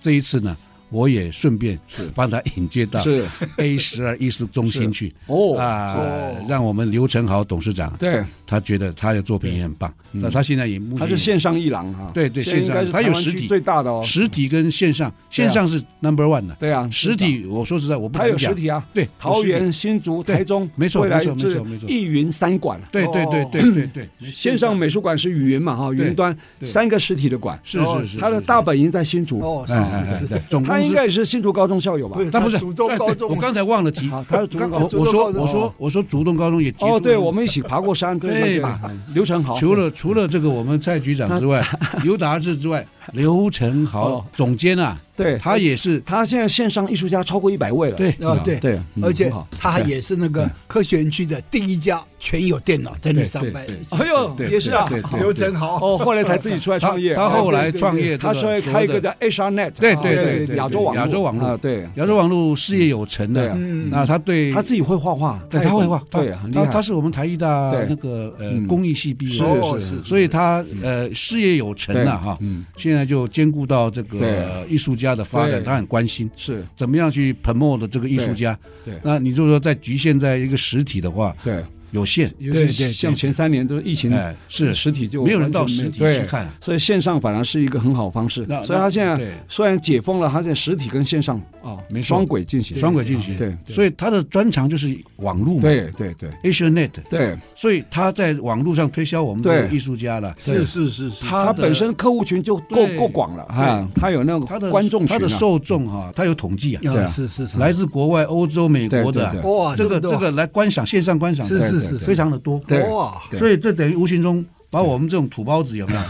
[SPEAKER 3] 这一次呢，我也顺便帮他引介到
[SPEAKER 1] 哼，是
[SPEAKER 3] A 十二艺术中心去
[SPEAKER 1] 哦，
[SPEAKER 3] 啊
[SPEAKER 2] 哦，
[SPEAKER 3] 让我们刘成豪董事长
[SPEAKER 1] 对，
[SPEAKER 3] 他觉得他的作品也很棒。那他现在也目
[SPEAKER 1] 嗯他是
[SPEAKER 3] 前
[SPEAKER 1] 线上艺廊哈，
[SPEAKER 3] 对对
[SPEAKER 1] 现在应该
[SPEAKER 3] 线
[SPEAKER 1] 是
[SPEAKER 3] 上他有
[SPEAKER 1] 台湾
[SPEAKER 3] 实
[SPEAKER 1] 区
[SPEAKER 3] 体
[SPEAKER 1] 最大的哦，啊
[SPEAKER 3] 实体跟线上，线上是 number one 的，
[SPEAKER 1] 对啊，
[SPEAKER 3] 实体我说实在我不
[SPEAKER 1] 他
[SPEAKER 3] 敢
[SPEAKER 1] 有
[SPEAKER 3] 讲
[SPEAKER 1] 实。体啊，
[SPEAKER 3] 对，
[SPEAKER 1] 桃
[SPEAKER 3] 有实体
[SPEAKER 1] 园、新竹、
[SPEAKER 3] 对
[SPEAKER 1] 台中，
[SPEAKER 3] 没错
[SPEAKER 1] 未来
[SPEAKER 3] 没错没
[SPEAKER 1] 是
[SPEAKER 3] 错没错
[SPEAKER 1] 一云三馆。啊
[SPEAKER 3] 对对对
[SPEAKER 2] 哦
[SPEAKER 3] 对对对，
[SPEAKER 1] 线上美术馆是云嘛哈，
[SPEAKER 3] 对
[SPEAKER 1] 云端
[SPEAKER 3] 对
[SPEAKER 1] 三个实体的馆，
[SPEAKER 3] 是是是，
[SPEAKER 1] 他的
[SPEAKER 3] 是
[SPEAKER 1] 大本营在新竹，
[SPEAKER 2] 哦，
[SPEAKER 3] 哎哎
[SPEAKER 2] 是
[SPEAKER 3] 哎
[SPEAKER 2] 是
[SPEAKER 3] 对
[SPEAKER 2] 是，
[SPEAKER 3] 总
[SPEAKER 1] 他
[SPEAKER 3] 公
[SPEAKER 1] 应
[SPEAKER 3] 司
[SPEAKER 1] 该也是新竹高中校友吧？
[SPEAKER 2] 对
[SPEAKER 3] 他不是
[SPEAKER 2] 竹东
[SPEAKER 3] 哎对
[SPEAKER 2] 高中，
[SPEAKER 3] 我刚才忘了提。
[SPEAKER 1] 好，啊他是竹
[SPEAKER 3] 刚
[SPEAKER 1] 高
[SPEAKER 3] 我
[SPEAKER 2] 中
[SPEAKER 3] 我说
[SPEAKER 2] 高中
[SPEAKER 3] 我
[SPEAKER 2] 哦
[SPEAKER 3] 说我说竹东高中也接触
[SPEAKER 1] 哦，
[SPEAKER 3] 了
[SPEAKER 1] 对，我们一起爬过山，
[SPEAKER 3] 对
[SPEAKER 1] 对嗯
[SPEAKER 3] 嘛
[SPEAKER 1] 刘成豪，
[SPEAKER 3] 除了除了这个我们蔡局 长之外，刘达志之外，刘成豪
[SPEAKER 1] 哦
[SPEAKER 3] 总监啊，
[SPEAKER 1] 对
[SPEAKER 3] 他也是
[SPEAKER 1] 他现在线上艺术家超过一百位了，
[SPEAKER 3] 对
[SPEAKER 2] 啊对
[SPEAKER 1] 对嗯
[SPEAKER 2] 而且
[SPEAKER 1] 很好
[SPEAKER 2] 他也是那个科学园区的第一家全有电脑在那上班
[SPEAKER 3] 对对，
[SPEAKER 1] 哎呦，
[SPEAKER 3] 对
[SPEAKER 1] 也是啊，
[SPEAKER 3] 对对对
[SPEAKER 2] 刘成豪
[SPEAKER 1] 哦，后来才自己出来
[SPEAKER 3] 他
[SPEAKER 1] 创业，哦
[SPEAKER 3] 他后来创业这
[SPEAKER 1] 他
[SPEAKER 3] 个
[SPEAKER 1] 说
[SPEAKER 3] 所
[SPEAKER 1] 开
[SPEAKER 3] 谓
[SPEAKER 1] 一个
[SPEAKER 3] 的
[SPEAKER 1] 叫 HR Net，
[SPEAKER 3] 对
[SPEAKER 1] 啊
[SPEAKER 3] 对
[SPEAKER 2] 对
[SPEAKER 1] 对
[SPEAKER 2] 对对
[SPEAKER 1] 亚洲网络
[SPEAKER 3] 亚洲网络
[SPEAKER 1] 啊，对，
[SPEAKER 3] 亚洲网络事业有成
[SPEAKER 1] 对
[SPEAKER 3] 的
[SPEAKER 1] 啊，
[SPEAKER 3] 那他对
[SPEAKER 1] 他自己会画画，
[SPEAKER 3] 对他会画，他
[SPEAKER 1] 对，啊很厉
[SPEAKER 3] 他
[SPEAKER 1] 害，
[SPEAKER 3] 他是我们台艺大
[SPEAKER 1] 对
[SPEAKER 3] 那个呃
[SPEAKER 1] 嗯
[SPEAKER 3] 工艺系毕业的，
[SPEAKER 1] 是嗯
[SPEAKER 2] 哦是
[SPEAKER 3] 所以他呃事业有成了哈，现在就兼顾到这
[SPEAKER 1] 对
[SPEAKER 3] 个艺术家的发
[SPEAKER 1] 对
[SPEAKER 3] 展，他很关心。
[SPEAKER 1] 是
[SPEAKER 3] 怎么样去 promote 这个艺术家？
[SPEAKER 1] 对对
[SPEAKER 3] 那你就说在局限在一个实体的话，
[SPEAKER 1] 对，
[SPEAKER 3] 有限，
[SPEAKER 1] 尤其是
[SPEAKER 3] 对
[SPEAKER 1] 像前三年都是疫情
[SPEAKER 3] 哎，是
[SPEAKER 1] 实体就
[SPEAKER 3] 没有人
[SPEAKER 1] 完全
[SPEAKER 3] 到实体
[SPEAKER 1] 对
[SPEAKER 3] 去看
[SPEAKER 1] 所以线上反而是一个很好的方式
[SPEAKER 3] 那。
[SPEAKER 1] 所以他现
[SPEAKER 3] 那对
[SPEAKER 1] 在虽然解封了，他现在实体跟线上啊
[SPEAKER 3] 没错
[SPEAKER 1] 双轨进行，
[SPEAKER 3] 双轨进行。
[SPEAKER 1] 对
[SPEAKER 3] 所以他的专长就是网络嘛
[SPEAKER 1] 对对对
[SPEAKER 3] ，AsiaNet，
[SPEAKER 1] 对，
[SPEAKER 3] 所以他在网络上推销我们这个
[SPEAKER 1] 对
[SPEAKER 3] 艺术家了。
[SPEAKER 2] 是是是是，
[SPEAKER 3] 他
[SPEAKER 1] 他
[SPEAKER 3] 的
[SPEAKER 1] 本身客户群就够
[SPEAKER 3] 对
[SPEAKER 1] 够广了哈，他有那
[SPEAKER 3] 他
[SPEAKER 1] 个
[SPEAKER 3] 的
[SPEAKER 1] 观众群
[SPEAKER 3] 他
[SPEAKER 1] 啊
[SPEAKER 3] 的受众哈，他有统计啊，
[SPEAKER 1] 对啊
[SPEAKER 2] 啊是是是，
[SPEAKER 3] 来自国外、欧洲、美国的啊
[SPEAKER 1] 对对，
[SPEAKER 2] 哇
[SPEAKER 3] 这个
[SPEAKER 2] 么多
[SPEAKER 3] 这个来观赏线上观赏
[SPEAKER 2] 是
[SPEAKER 3] 的
[SPEAKER 2] 是是
[SPEAKER 3] 非常的多。啊
[SPEAKER 1] 对
[SPEAKER 2] 哇
[SPEAKER 1] 对
[SPEAKER 3] 所以这等于无形中把我们这种土包子有没有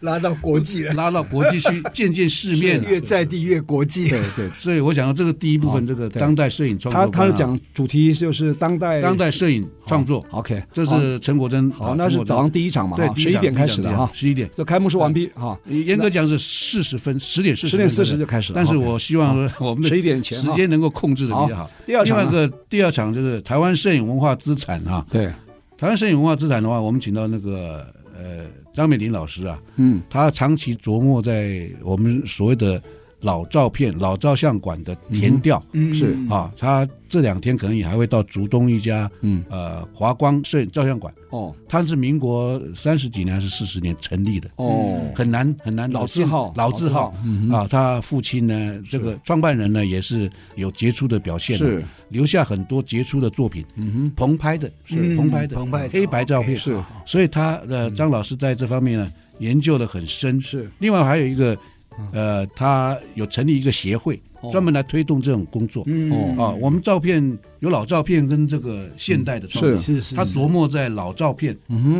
[SPEAKER 2] 拉到国际了，
[SPEAKER 3] 拉到国际去见见世面啊？
[SPEAKER 2] 越在地越国际，
[SPEAKER 1] 对对，
[SPEAKER 3] 所以我想到这个第一部分，
[SPEAKER 1] 好
[SPEAKER 3] 这个
[SPEAKER 1] 哦对
[SPEAKER 3] 当代摄影创作
[SPEAKER 1] 他
[SPEAKER 3] 观啊，
[SPEAKER 1] 他是讲主题就是当代啊
[SPEAKER 3] 当代摄影创作，
[SPEAKER 1] OK，
[SPEAKER 3] 这
[SPEAKER 1] 好
[SPEAKER 3] 是陈国珍。
[SPEAKER 1] 哦好，那是早上第一场嘛，
[SPEAKER 3] 对
[SPEAKER 1] 十一点开始的哈，
[SPEAKER 3] 十一点。
[SPEAKER 1] 这开幕式完毕哈，
[SPEAKER 3] 严格讲是四十分，十点四十，
[SPEAKER 1] 10点40就开始了
[SPEAKER 3] 但是
[SPEAKER 1] OK
[SPEAKER 3] 我希望说我们的
[SPEAKER 1] 11点前
[SPEAKER 3] 时间能够控制的比较好
[SPEAKER 1] 好。第二
[SPEAKER 3] 另
[SPEAKER 1] 场
[SPEAKER 3] 外
[SPEAKER 1] 呢
[SPEAKER 3] 一个第二场就是台湾摄影文化资产啊，
[SPEAKER 1] 对，
[SPEAKER 3] 台湾摄影文化资产的话，我们请到那个呃张美玲老师啊，
[SPEAKER 1] 嗯，
[SPEAKER 3] 他长期琢磨在我们所谓的老照片、老照相馆的填调。
[SPEAKER 1] 是
[SPEAKER 3] 啊，他这两天可能也还会到竹东一家，
[SPEAKER 1] 嗯，
[SPEAKER 3] 呃，华光摄影照相馆，
[SPEAKER 1] 哦
[SPEAKER 3] 它是民国三十几年还是四十年成立的，
[SPEAKER 1] 哦，
[SPEAKER 3] 很难很难
[SPEAKER 1] 老
[SPEAKER 3] 得
[SPEAKER 1] 字号
[SPEAKER 3] 老字
[SPEAKER 1] 老
[SPEAKER 3] 号
[SPEAKER 1] 字号嗯
[SPEAKER 3] 啊，他父亲呢，这个创办人呢也是有杰出的表现，
[SPEAKER 1] 是，
[SPEAKER 3] 留下很多杰出的作品，
[SPEAKER 1] 嗯
[SPEAKER 3] 棚拍的，
[SPEAKER 2] 嗯
[SPEAKER 3] 棚拍的，
[SPEAKER 2] 澎湃的
[SPEAKER 3] 黑白照片，
[SPEAKER 2] OK，是，
[SPEAKER 3] 所以他呃，张老师在这方面呢研究的很深
[SPEAKER 1] 哼，，是
[SPEAKER 3] 另外还有一个，呃，他有成立一个协会，专门来推动这种工作。
[SPEAKER 1] 哦
[SPEAKER 3] 啊，我们照片有老照片跟这个现代的创作，
[SPEAKER 2] 是是
[SPEAKER 3] 他琢磨在老照片、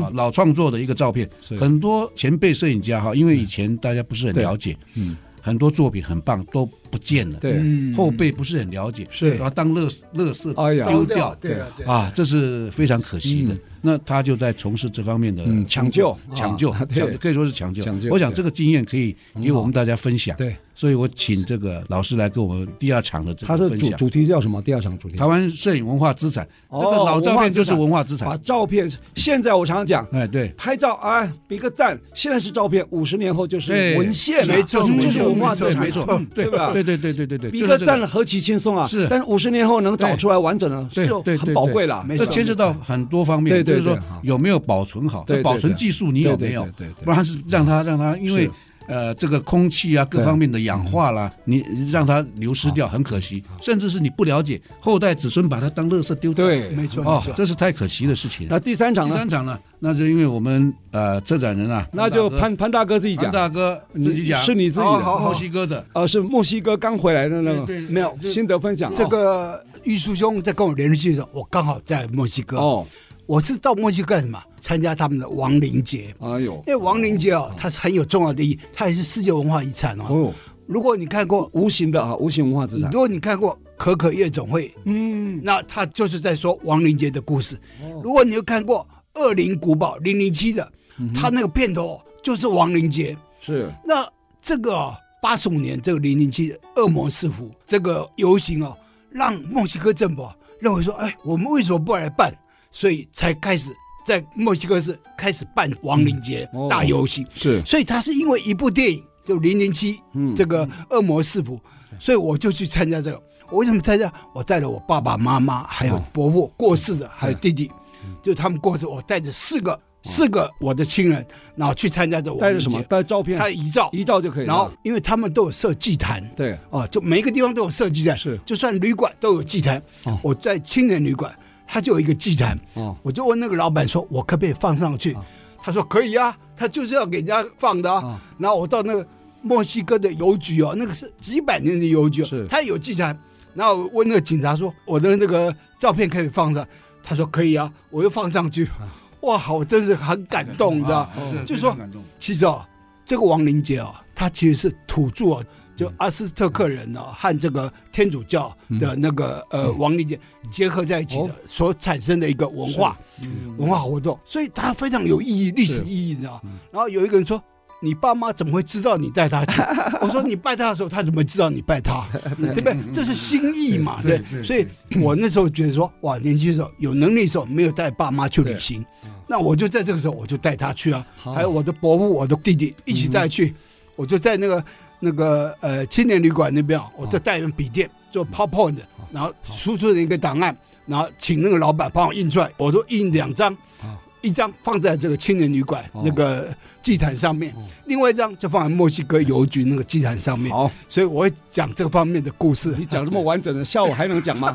[SPEAKER 3] 啊、老创作的一个照片，很多前辈摄影家哈，因为以前大家不是很了解，嗯，很多作品很棒都不见了，，
[SPEAKER 1] 对，
[SPEAKER 2] 嗯
[SPEAKER 3] 后辈不是很了解，
[SPEAKER 2] 是
[SPEAKER 3] 把它当乐乐色
[SPEAKER 1] 嗯哎呀
[SPEAKER 3] 丢
[SPEAKER 2] 烧
[SPEAKER 3] 掉
[SPEAKER 2] 掉，，对啊对啊，
[SPEAKER 3] 啊，这是非常可惜的。那他就在从事这方面的
[SPEAKER 1] 嗯抢救
[SPEAKER 3] 抢救
[SPEAKER 1] 啊，对
[SPEAKER 3] 抢可以说是抢救。
[SPEAKER 1] 抢救
[SPEAKER 3] 我想这个经验可以给我们大家分享。
[SPEAKER 1] 对，
[SPEAKER 3] 所以我请这个老师来跟我们第二场的这
[SPEAKER 1] 他
[SPEAKER 3] 个
[SPEAKER 1] 的
[SPEAKER 3] 分
[SPEAKER 1] 主
[SPEAKER 3] 享。
[SPEAKER 1] 主题叫什么？第二场主题
[SPEAKER 3] 台湾摄影文化资产，
[SPEAKER 1] 哦
[SPEAKER 3] 这个老照片就是文化资
[SPEAKER 1] 把
[SPEAKER 3] 产。
[SPEAKER 1] 照片，现在我常讲，
[SPEAKER 3] 哎，对，
[SPEAKER 1] 拍照啊，哎比个赞。现在是照片，五十年后就是
[SPEAKER 3] 对，
[SPEAKER 1] 文献了，
[SPEAKER 3] 没错，
[SPEAKER 1] 就是
[SPEAKER 3] 没
[SPEAKER 1] 就是
[SPEAKER 3] 错
[SPEAKER 1] 文化资产，
[SPEAKER 3] 没错，嗯
[SPEAKER 1] 对吧？
[SPEAKER 3] 对对对对对对，
[SPEAKER 1] 比
[SPEAKER 3] 就
[SPEAKER 1] 个
[SPEAKER 3] 是这
[SPEAKER 1] 赞何其轻松啊！
[SPEAKER 3] 是
[SPEAKER 1] 但是五十年后能找出来完整的，
[SPEAKER 3] 对
[SPEAKER 1] 是
[SPEAKER 3] 对对，
[SPEAKER 1] 很宝贵了。
[SPEAKER 3] 对这牵涉到很多方面，
[SPEAKER 1] 对对
[SPEAKER 3] 就是
[SPEAKER 1] 对
[SPEAKER 3] 说
[SPEAKER 1] 好
[SPEAKER 3] 有没有保存好，
[SPEAKER 1] 对对
[SPEAKER 3] 保存技术你有没有
[SPEAKER 1] 对对对对？对
[SPEAKER 3] 不然是让它让它，因为呃这个空气啊各
[SPEAKER 1] 对嗯
[SPEAKER 3] 方面的氧化啦，你让它流失掉很可惜，甚至是你不了解，后代子孙把它当垃圾丢掉，
[SPEAKER 1] 对
[SPEAKER 2] 没错
[SPEAKER 3] 哦
[SPEAKER 2] 没，错，
[SPEAKER 3] 这是太可惜的事情。
[SPEAKER 1] 那第三场
[SPEAKER 3] 第
[SPEAKER 1] 呢？
[SPEAKER 3] 三场呢，那就因为我们呃策展人啊，
[SPEAKER 1] 那就
[SPEAKER 3] 潘
[SPEAKER 1] 潘潘大哥自己
[SPEAKER 3] 大哥
[SPEAKER 1] 讲
[SPEAKER 3] 潘，大哥自己讲，
[SPEAKER 1] 是你自己
[SPEAKER 2] 好
[SPEAKER 1] 的，
[SPEAKER 2] 好
[SPEAKER 3] 墨西哥的
[SPEAKER 1] 啊，是墨西哥刚回来的那个
[SPEAKER 3] 对对
[SPEAKER 2] 没有
[SPEAKER 3] 就
[SPEAKER 1] 心得分享。啊
[SPEAKER 2] 这个玉叔兄在跟我联系的时候，我刚好在墨西哥，
[SPEAKER 1] 哦，
[SPEAKER 2] 我是到墨西哥干什么？参加他们的亡灵节。
[SPEAKER 1] 哦哎呦，
[SPEAKER 2] 因为亡灵节哦，它是很有重要的意义，它也是世界文化遗产哦。
[SPEAKER 1] 哦，
[SPEAKER 2] 如果你看过，
[SPEAKER 1] 无形的啊，无形文化资产
[SPEAKER 2] 如。果你看过《可可夜总会》，嗯，哦那它就是在说亡灵节的故事。如果你有看过《恶灵古堡零零七》的，它那个片头哦就是亡灵节。
[SPEAKER 1] 是
[SPEAKER 2] 那这个哦，八十五年这个零零七恶魔四伏这个游行哦，让墨西哥政府啊认为说，哎，我们为什么不来办？所以才开始在墨西哥市开始办亡灵节
[SPEAKER 1] 嗯哦
[SPEAKER 2] 大游行。
[SPEAKER 1] 是，
[SPEAKER 2] 所以他是因为一部电影就《零零七》
[SPEAKER 1] 嗯
[SPEAKER 2] 这个恶魔四伏，所以我就去参加这个。我为什么参加？我带了我爸爸妈妈，还有伯父过世的，还有弟弟，
[SPEAKER 1] 嗯
[SPEAKER 2] 就他们过世，我带着四个四个我的亲人，然后去参加这个
[SPEAKER 1] 带着
[SPEAKER 2] 亡灵
[SPEAKER 1] 什么？
[SPEAKER 2] 节。
[SPEAKER 1] 带照片
[SPEAKER 2] 他，的遗照，
[SPEAKER 1] 遗照就可以了。
[SPEAKER 2] 然后因为他们都有设祭坛，
[SPEAKER 1] 对，
[SPEAKER 2] 哦，就每一个地方都有设祭坛，
[SPEAKER 1] 是
[SPEAKER 2] 就算旅馆都有祭坛。
[SPEAKER 1] 哦
[SPEAKER 2] 我在青年旅馆，他就有一个祭坛，
[SPEAKER 1] 哦
[SPEAKER 2] 我就问那个老板说，我可不可以放上去？他说可以啊，他就是要给人家放的啊。
[SPEAKER 1] 哦
[SPEAKER 2] 然后我到那个墨西哥的邮局哦，那个是几百年的邮局哦
[SPEAKER 1] 是，
[SPEAKER 2] 他有祭坛。然后我问那个警察说，我的那个照片可以放上？他说可以啊，我又放上去。
[SPEAKER 1] 啊
[SPEAKER 2] 哇，我真是很感动，你知道吗
[SPEAKER 3] 啊？
[SPEAKER 1] 哦
[SPEAKER 3] 是
[SPEAKER 2] 就
[SPEAKER 3] 非
[SPEAKER 2] 说
[SPEAKER 3] 常感动
[SPEAKER 2] 其实哦，这个亡灵节哦，它其实是土著哦，就阿斯特克人哦和这个天主教的那个、呃亡灵节结合在一起的，
[SPEAKER 1] 哦
[SPEAKER 2] 所产生的一个文化、
[SPEAKER 1] 嗯
[SPEAKER 2] 文化活动，所以它非常有意义，历史意义，你知道吗？然后有一个人说。你爸妈怎么会知道你带他去？ 我说你拜他的时候，他怎么知道你拜他？ 对不对？这是心意嘛，
[SPEAKER 3] 对
[SPEAKER 2] 嗯对不对。
[SPEAKER 3] 对
[SPEAKER 2] 所以我那时候觉得说，哇，年轻的时候有能力的时候，没有带爸妈去旅行，那我就在这个时候我就带他去啊，
[SPEAKER 1] 好
[SPEAKER 2] 还有我的伯父、我的弟弟一起带去，我就在那个那个呃青年旅馆那边啊，我就带人笔电做 PowerPoint，的然后输出了一个档案，然后请那个老板帮我印出来，我都印两张
[SPEAKER 1] 好。
[SPEAKER 2] 一张放在这个青年旅馆
[SPEAKER 1] 哦
[SPEAKER 2] 那个祭坛上面，另外一张就放在墨西哥邮局那个祭坛上面。
[SPEAKER 1] 好，
[SPEAKER 2] 所以我会讲这方面的故事。
[SPEAKER 1] 你讲这么完整的，下午还能讲 吗？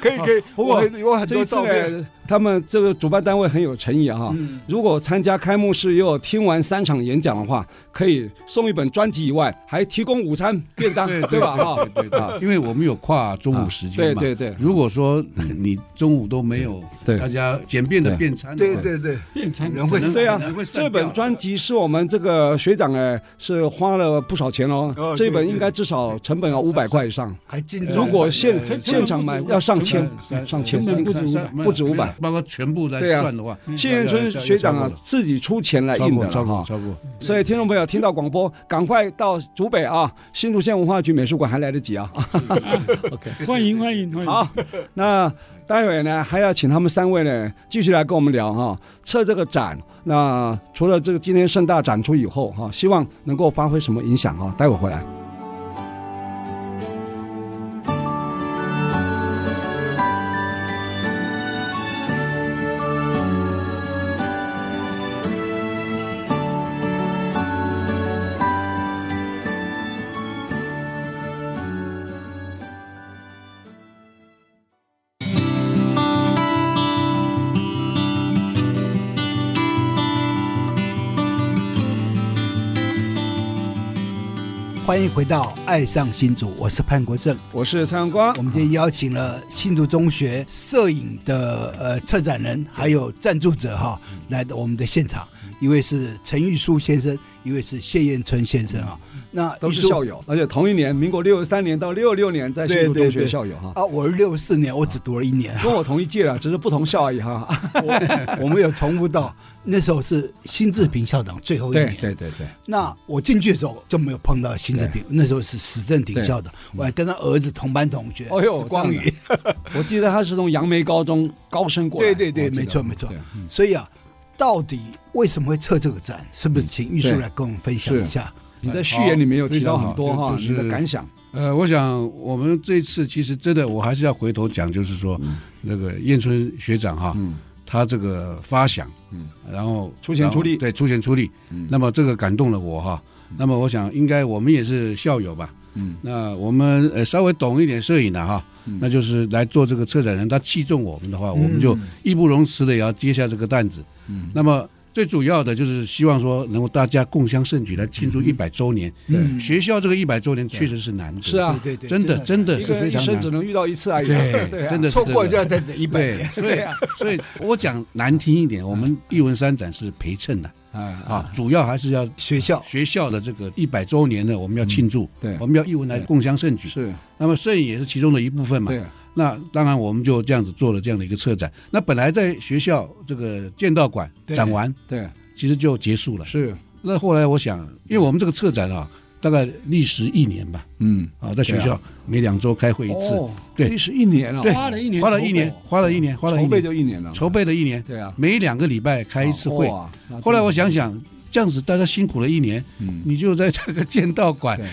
[SPEAKER 2] 可以可以，
[SPEAKER 1] 不过
[SPEAKER 2] 我有很
[SPEAKER 1] 这
[SPEAKER 2] 多
[SPEAKER 1] 一次
[SPEAKER 2] 照片。
[SPEAKER 1] 呢，他们这个主办单位很有诚意啊哈。如果参加开幕式又有听完三场演讲的话，可以送一本专辑以外，还提供午餐便当，
[SPEAKER 3] 对
[SPEAKER 1] 对吧？哈，
[SPEAKER 3] 对对
[SPEAKER 1] 啊
[SPEAKER 3] 对，因为我们有跨中午时间嘛。
[SPEAKER 1] 对对对
[SPEAKER 3] 如果说你中午都没有
[SPEAKER 1] 对
[SPEAKER 3] 大家简便的便餐，
[SPEAKER 2] 对，对对，
[SPEAKER 4] 变成
[SPEAKER 2] 人会
[SPEAKER 1] 对啊
[SPEAKER 3] 可能会，散
[SPEAKER 1] 这本
[SPEAKER 3] 掉
[SPEAKER 1] 专辑是我们这个学长哎，是花了不少钱哦
[SPEAKER 2] 哦。
[SPEAKER 1] 这本
[SPEAKER 2] 对
[SPEAKER 1] 应该至少成本要五百块以上。
[SPEAKER 2] 还精
[SPEAKER 3] 对
[SPEAKER 1] 如
[SPEAKER 2] 装。
[SPEAKER 1] 果现
[SPEAKER 3] 对对
[SPEAKER 1] 现场买要上千
[SPEAKER 3] 成，本
[SPEAKER 1] 上千
[SPEAKER 4] 成本不止
[SPEAKER 3] 三
[SPEAKER 1] 不止500，
[SPEAKER 3] 包括全部来
[SPEAKER 1] 对啊
[SPEAKER 3] 算的话，
[SPEAKER 1] 谢元春学长啊，自己出钱来
[SPEAKER 3] 超
[SPEAKER 1] 印
[SPEAKER 3] 过
[SPEAKER 1] 的
[SPEAKER 3] 超
[SPEAKER 1] 了
[SPEAKER 3] 过
[SPEAKER 1] 哈。
[SPEAKER 3] 超过，
[SPEAKER 1] 所以听众朋友听到广播，赶快到竹北啊，新竹县文化局美术馆还来得及啊。
[SPEAKER 4] 欢迎欢迎欢迎。
[SPEAKER 1] 好，那待会呢还要请他们三位呢继续来跟我们聊哈、测这个展。那除了这个今天盛大展出以后哈、希望能够发挥什么影响啊？待会回来。
[SPEAKER 2] 欢迎回到《爱上新竹》，我是潘国正。
[SPEAKER 1] 我是蔡阳光
[SPEAKER 2] 我，们今天邀请了新竹中学摄影的呃策展人，还有赞助者哈，
[SPEAKER 1] 嗯
[SPEAKER 2] 来到我们的现场。一位是陈玉书先生，一位是谢彦春先生啊。那
[SPEAKER 1] 都
[SPEAKER 2] 玉
[SPEAKER 1] 是
[SPEAKER 2] 书
[SPEAKER 1] 校友，而且同一年，民国六十三年到六六年在新竹
[SPEAKER 2] 对对
[SPEAKER 1] 中学
[SPEAKER 2] 对
[SPEAKER 1] 校友哈、
[SPEAKER 2] 啊，我是六四年，我只读了一 年，
[SPEAKER 1] 跟我同一届了，只是不同校而已哈。
[SPEAKER 2] 我我没有重复到那时候是辛志平校长最后一年。
[SPEAKER 1] 对对，
[SPEAKER 2] 那我进去的时候就没有碰到辛志平，那时候是史政廷校的，我还跟他儿子同班同学，
[SPEAKER 1] 哎呦
[SPEAKER 2] 史光
[SPEAKER 1] 这样
[SPEAKER 2] 宇。
[SPEAKER 1] 我记得他是从杨梅高中高升过来。
[SPEAKER 2] 对对对
[SPEAKER 1] 我记得
[SPEAKER 2] 没错没错
[SPEAKER 1] 对嗯
[SPEAKER 2] 所以啊，到底为什么会测这个展？是不是请玉树
[SPEAKER 1] 对
[SPEAKER 2] 来跟我们分享一下？
[SPEAKER 1] 你在序言里面有提到
[SPEAKER 3] 好
[SPEAKER 1] 很多
[SPEAKER 3] 非常好
[SPEAKER 1] 哈，
[SPEAKER 3] 就
[SPEAKER 1] 你的
[SPEAKER 3] 是
[SPEAKER 1] 感想。
[SPEAKER 3] 呃，我想我
[SPEAKER 1] 嗯
[SPEAKER 3] 们这次其实真的，我还是要回头讲，就是说那个燕春学长哈，他这个发想，
[SPEAKER 5] 嗯，
[SPEAKER 3] 然后
[SPEAKER 1] 出钱出力嗯
[SPEAKER 3] 然后对，出钱出力。
[SPEAKER 5] 嗯
[SPEAKER 3] 那么这个感动了我哈。那么我想，应该我们也是校友吧？
[SPEAKER 5] 嗯，
[SPEAKER 3] 那我们呃稍微懂一点摄影的哈，
[SPEAKER 5] 嗯
[SPEAKER 3] 那就是来做这个策展人，他器重我们的话，我们就义不容辞的也要接下这个担子。
[SPEAKER 5] 嗯
[SPEAKER 3] 那么最主要的就是希望说能够大家共襄盛举来庆祝一百周年。
[SPEAKER 2] 嗯
[SPEAKER 3] 学校这个一百周年确实是难得，
[SPEAKER 1] 是啊，
[SPEAKER 2] 对对，
[SPEAKER 3] 真的真的
[SPEAKER 1] 一
[SPEAKER 3] 是
[SPEAKER 1] 个人
[SPEAKER 3] 非
[SPEAKER 1] 一
[SPEAKER 3] 常
[SPEAKER 1] 生
[SPEAKER 3] 难
[SPEAKER 1] 只。能遇到一次而已，
[SPEAKER 3] 对
[SPEAKER 1] 对啊
[SPEAKER 3] 真的
[SPEAKER 2] 错过就要
[SPEAKER 3] 这
[SPEAKER 2] 再等一百
[SPEAKER 3] 对
[SPEAKER 2] 年，，
[SPEAKER 3] 所以所以我讲难听一点，我们艺文三展是陪衬的
[SPEAKER 5] 哎，
[SPEAKER 3] 啊，主要还是要
[SPEAKER 2] 学校
[SPEAKER 3] 学校的这个一百周年呢，我们要庆祝，
[SPEAKER 5] 对
[SPEAKER 3] 我们要艺文来共襄盛举。
[SPEAKER 5] 是，
[SPEAKER 3] 那么摄影也是其中的一部分嘛。
[SPEAKER 5] 对，
[SPEAKER 3] 那当然我们就这样子做了这样的一个策展。那本来在学校这个剑道馆
[SPEAKER 2] 对
[SPEAKER 3] 展完，
[SPEAKER 5] 对，
[SPEAKER 3] 其实就结束了。
[SPEAKER 5] 是，
[SPEAKER 3] 那后来我想，因为我们这个策展啊，大概历时一年吧，
[SPEAKER 5] 嗯，
[SPEAKER 3] 啊，在学
[SPEAKER 5] 对
[SPEAKER 3] 校每两周开会一次，
[SPEAKER 1] 哦
[SPEAKER 3] 对
[SPEAKER 1] 历时一年了，
[SPEAKER 3] 对
[SPEAKER 4] 花了一年，
[SPEAKER 3] 花了一年，花了一年，花了一
[SPEAKER 1] 筹备
[SPEAKER 3] 年，
[SPEAKER 1] 就一年了，
[SPEAKER 3] 筹备了一年，
[SPEAKER 1] 对啊，哦
[SPEAKER 3] 每两个礼拜开一次会。
[SPEAKER 1] 哇那
[SPEAKER 3] 啊后来我想想，这样子大家辛苦了一年，
[SPEAKER 5] 嗯，
[SPEAKER 3] 你就在这个剑道馆
[SPEAKER 5] 对，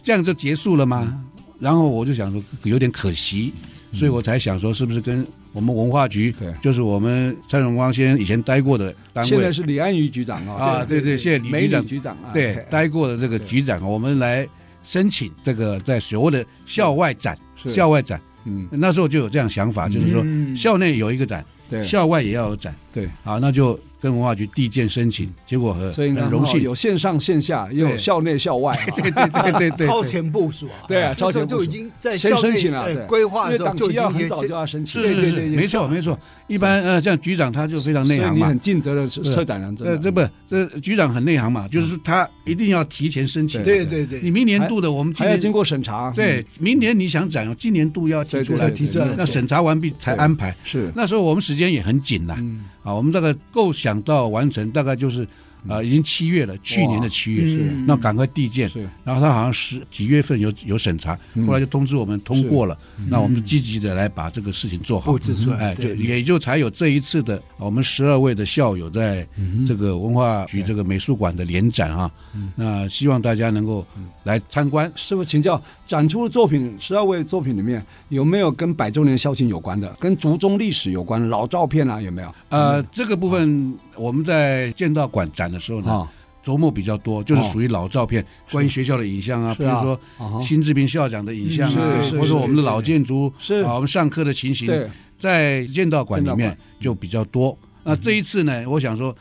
[SPEAKER 3] 这样就结束了吗？然后我就想说有点可惜，所以我才想说是不是跟我们文化局
[SPEAKER 5] 对，
[SPEAKER 3] 就是我们蔡荣光先生以前待过的单
[SPEAKER 1] 现在
[SPEAKER 3] 位
[SPEAKER 1] 是李安宇局长啊，
[SPEAKER 3] 啊，对对，谢谢李
[SPEAKER 1] 美
[SPEAKER 3] 局
[SPEAKER 1] 女
[SPEAKER 3] 长
[SPEAKER 1] 局长啊，
[SPEAKER 3] 对
[SPEAKER 1] 嘿
[SPEAKER 3] 待过的这个局长，我们来申请这个在所谓的校外展，
[SPEAKER 5] 是
[SPEAKER 3] 校外展
[SPEAKER 5] 嗯，
[SPEAKER 3] 那时候就有这样想法，就是说
[SPEAKER 5] 嗯
[SPEAKER 3] 校内有一个展，
[SPEAKER 5] 对，
[SPEAKER 3] 校外也要有展，
[SPEAKER 5] 对，
[SPEAKER 3] 好，那就跟文化局递件申请，结果很
[SPEAKER 1] 所以呢，
[SPEAKER 3] 很荣 幸，
[SPEAKER 1] 有线上线下，也有
[SPEAKER 3] 对
[SPEAKER 1] 校内校外啊，
[SPEAKER 3] 对对对对对，
[SPEAKER 2] 超前部署啊，
[SPEAKER 1] 对啊
[SPEAKER 2] 那时
[SPEAKER 1] 超
[SPEAKER 2] 候
[SPEAKER 1] 前部署
[SPEAKER 2] 就已经在
[SPEAKER 1] 先
[SPEAKER 2] 校
[SPEAKER 1] 申
[SPEAKER 2] 内
[SPEAKER 1] 请了
[SPEAKER 2] 呃
[SPEAKER 1] 对
[SPEAKER 2] 规划
[SPEAKER 1] 因为
[SPEAKER 2] 的时候
[SPEAKER 1] 档
[SPEAKER 2] 就
[SPEAKER 1] 期
[SPEAKER 2] 已
[SPEAKER 1] 要
[SPEAKER 2] 经
[SPEAKER 1] 很
[SPEAKER 2] 先
[SPEAKER 1] 早就要申请，
[SPEAKER 2] 对
[SPEAKER 3] 是是
[SPEAKER 2] 对对
[SPEAKER 3] 是，没错没错。一般呃，像局长他就非常内
[SPEAKER 1] 所以
[SPEAKER 3] 行
[SPEAKER 1] 你
[SPEAKER 3] 嘛
[SPEAKER 1] 很，尽责的策
[SPEAKER 3] 是
[SPEAKER 1] 策展人，真
[SPEAKER 3] 呃，
[SPEAKER 1] 的嗯
[SPEAKER 3] 这不这局长很内行嘛，就是说他一定要提前申请。
[SPEAKER 2] 对对对
[SPEAKER 3] 你，明年度的我们今
[SPEAKER 1] 还要经
[SPEAKER 3] 年
[SPEAKER 1] 过审查，嗯
[SPEAKER 3] 嗯对明年你想展，今年度要提出
[SPEAKER 1] 对对，
[SPEAKER 3] 来
[SPEAKER 1] 对提出来
[SPEAKER 3] 那审查完毕才安排。
[SPEAKER 5] 是，
[SPEAKER 3] 那时候我们时间也很紧呐，
[SPEAKER 1] 嗯
[SPEAKER 3] 啊，我们大概构想到完成大概就是呃已经七月了，去年的七月
[SPEAKER 5] 是
[SPEAKER 1] 嗯
[SPEAKER 3] 那赶快递件
[SPEAKER 5] 是，
[SPEAKER 3] 然后他好像十几月份有有审查，
[SPEAKER 1] 嗯
[SPEAKER 3] 后来就通知我们通过了，那我们就积极的来把这个事情做好
[SPEAKER 2] 布。置出来，
[SPEAKER 3] 哎，就
[SPEAKER 2] 对
[SPEAKER 3] 也就才有这一次的，我们十二位的校友在
[SPEAKER 1] 嗯
[SPEAKER 3] 这个文化局这个美术馆的联展啊，那希望大家能够
[SPEAKER 1] 嗯
[SPEAKER 3] 来参观。
[SPEAKER 1] 师傅请教，展出的作品十二位作品里面有没有跟百周年校庆有关的，跟族中历史有关，老照片啊有没有？
[SPEAKER 3] 呃，这个部分我们在剑道馆展的时候呢，
[SPEAKER 1] 啊，
[SPEAKER 3] 琢磨比较多，就是
[SPEAKER 1] 哦
[SPEAKER 3] 属于老照片，关于学校的影像啊，比
[SPEAKER 1] 是
[SPEAKER 3] 如
[SPEAKER 1] 啊
[SPEAKER 3] 说
[SPEAKER 1] 啊哈
[SPEAKER 3] 辛志平校长的影像啊
[SPEAKER 1] 嗯是，是
[SPEAKER 3] 或者
[SPEAKER 1] 是
[SPEAKER 3] 我们的老建筑
[SPEAKER 1] 是
[SPEAKER 3] 啊，我们上课的情形，
[SPEAKER 1] 对，
[SPEAKER 3] 在剑道馆里
[SPEAKER 1] 剑道
[SPEAKER 3] 面就比较多。
[SPEAKER 1] 嗯
[SPEAKER 3] 那这一次呢，我想说，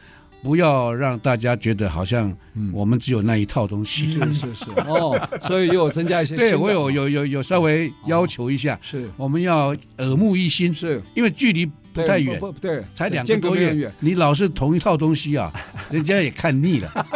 [SPEAKER 3] 不要让大家觉得好像
[SPEAKER 1] 嗯
[SPEAKER 3] 我们只有那一套东西。
[SPEAKER 1] 是是哦，所以又有增加一嗯些新的，哦
[SPEAKER 3] 对我有有有有稍微要求一下，
[SPEAKER 1] 是
[SPEAKER 3] 我们要耳目一新，
[SPEAKER 1] 是
[SPEAKER 3] 因为距离不
[SPEAKER 1] 对
[SPEAKER 3] 太远，
[SPEAKER 1] 不不对，
[SPEAKER 3] 才两个
[SPEAKER 1] 间隔
[SPEAKER 3] 多
[SPEAKER 1] 没有
[SPEAKER 3] 月
[SPEAKER 1] 远，，
[SPEAKER 3] 你老是同一套东西 啊，人家也看腻了。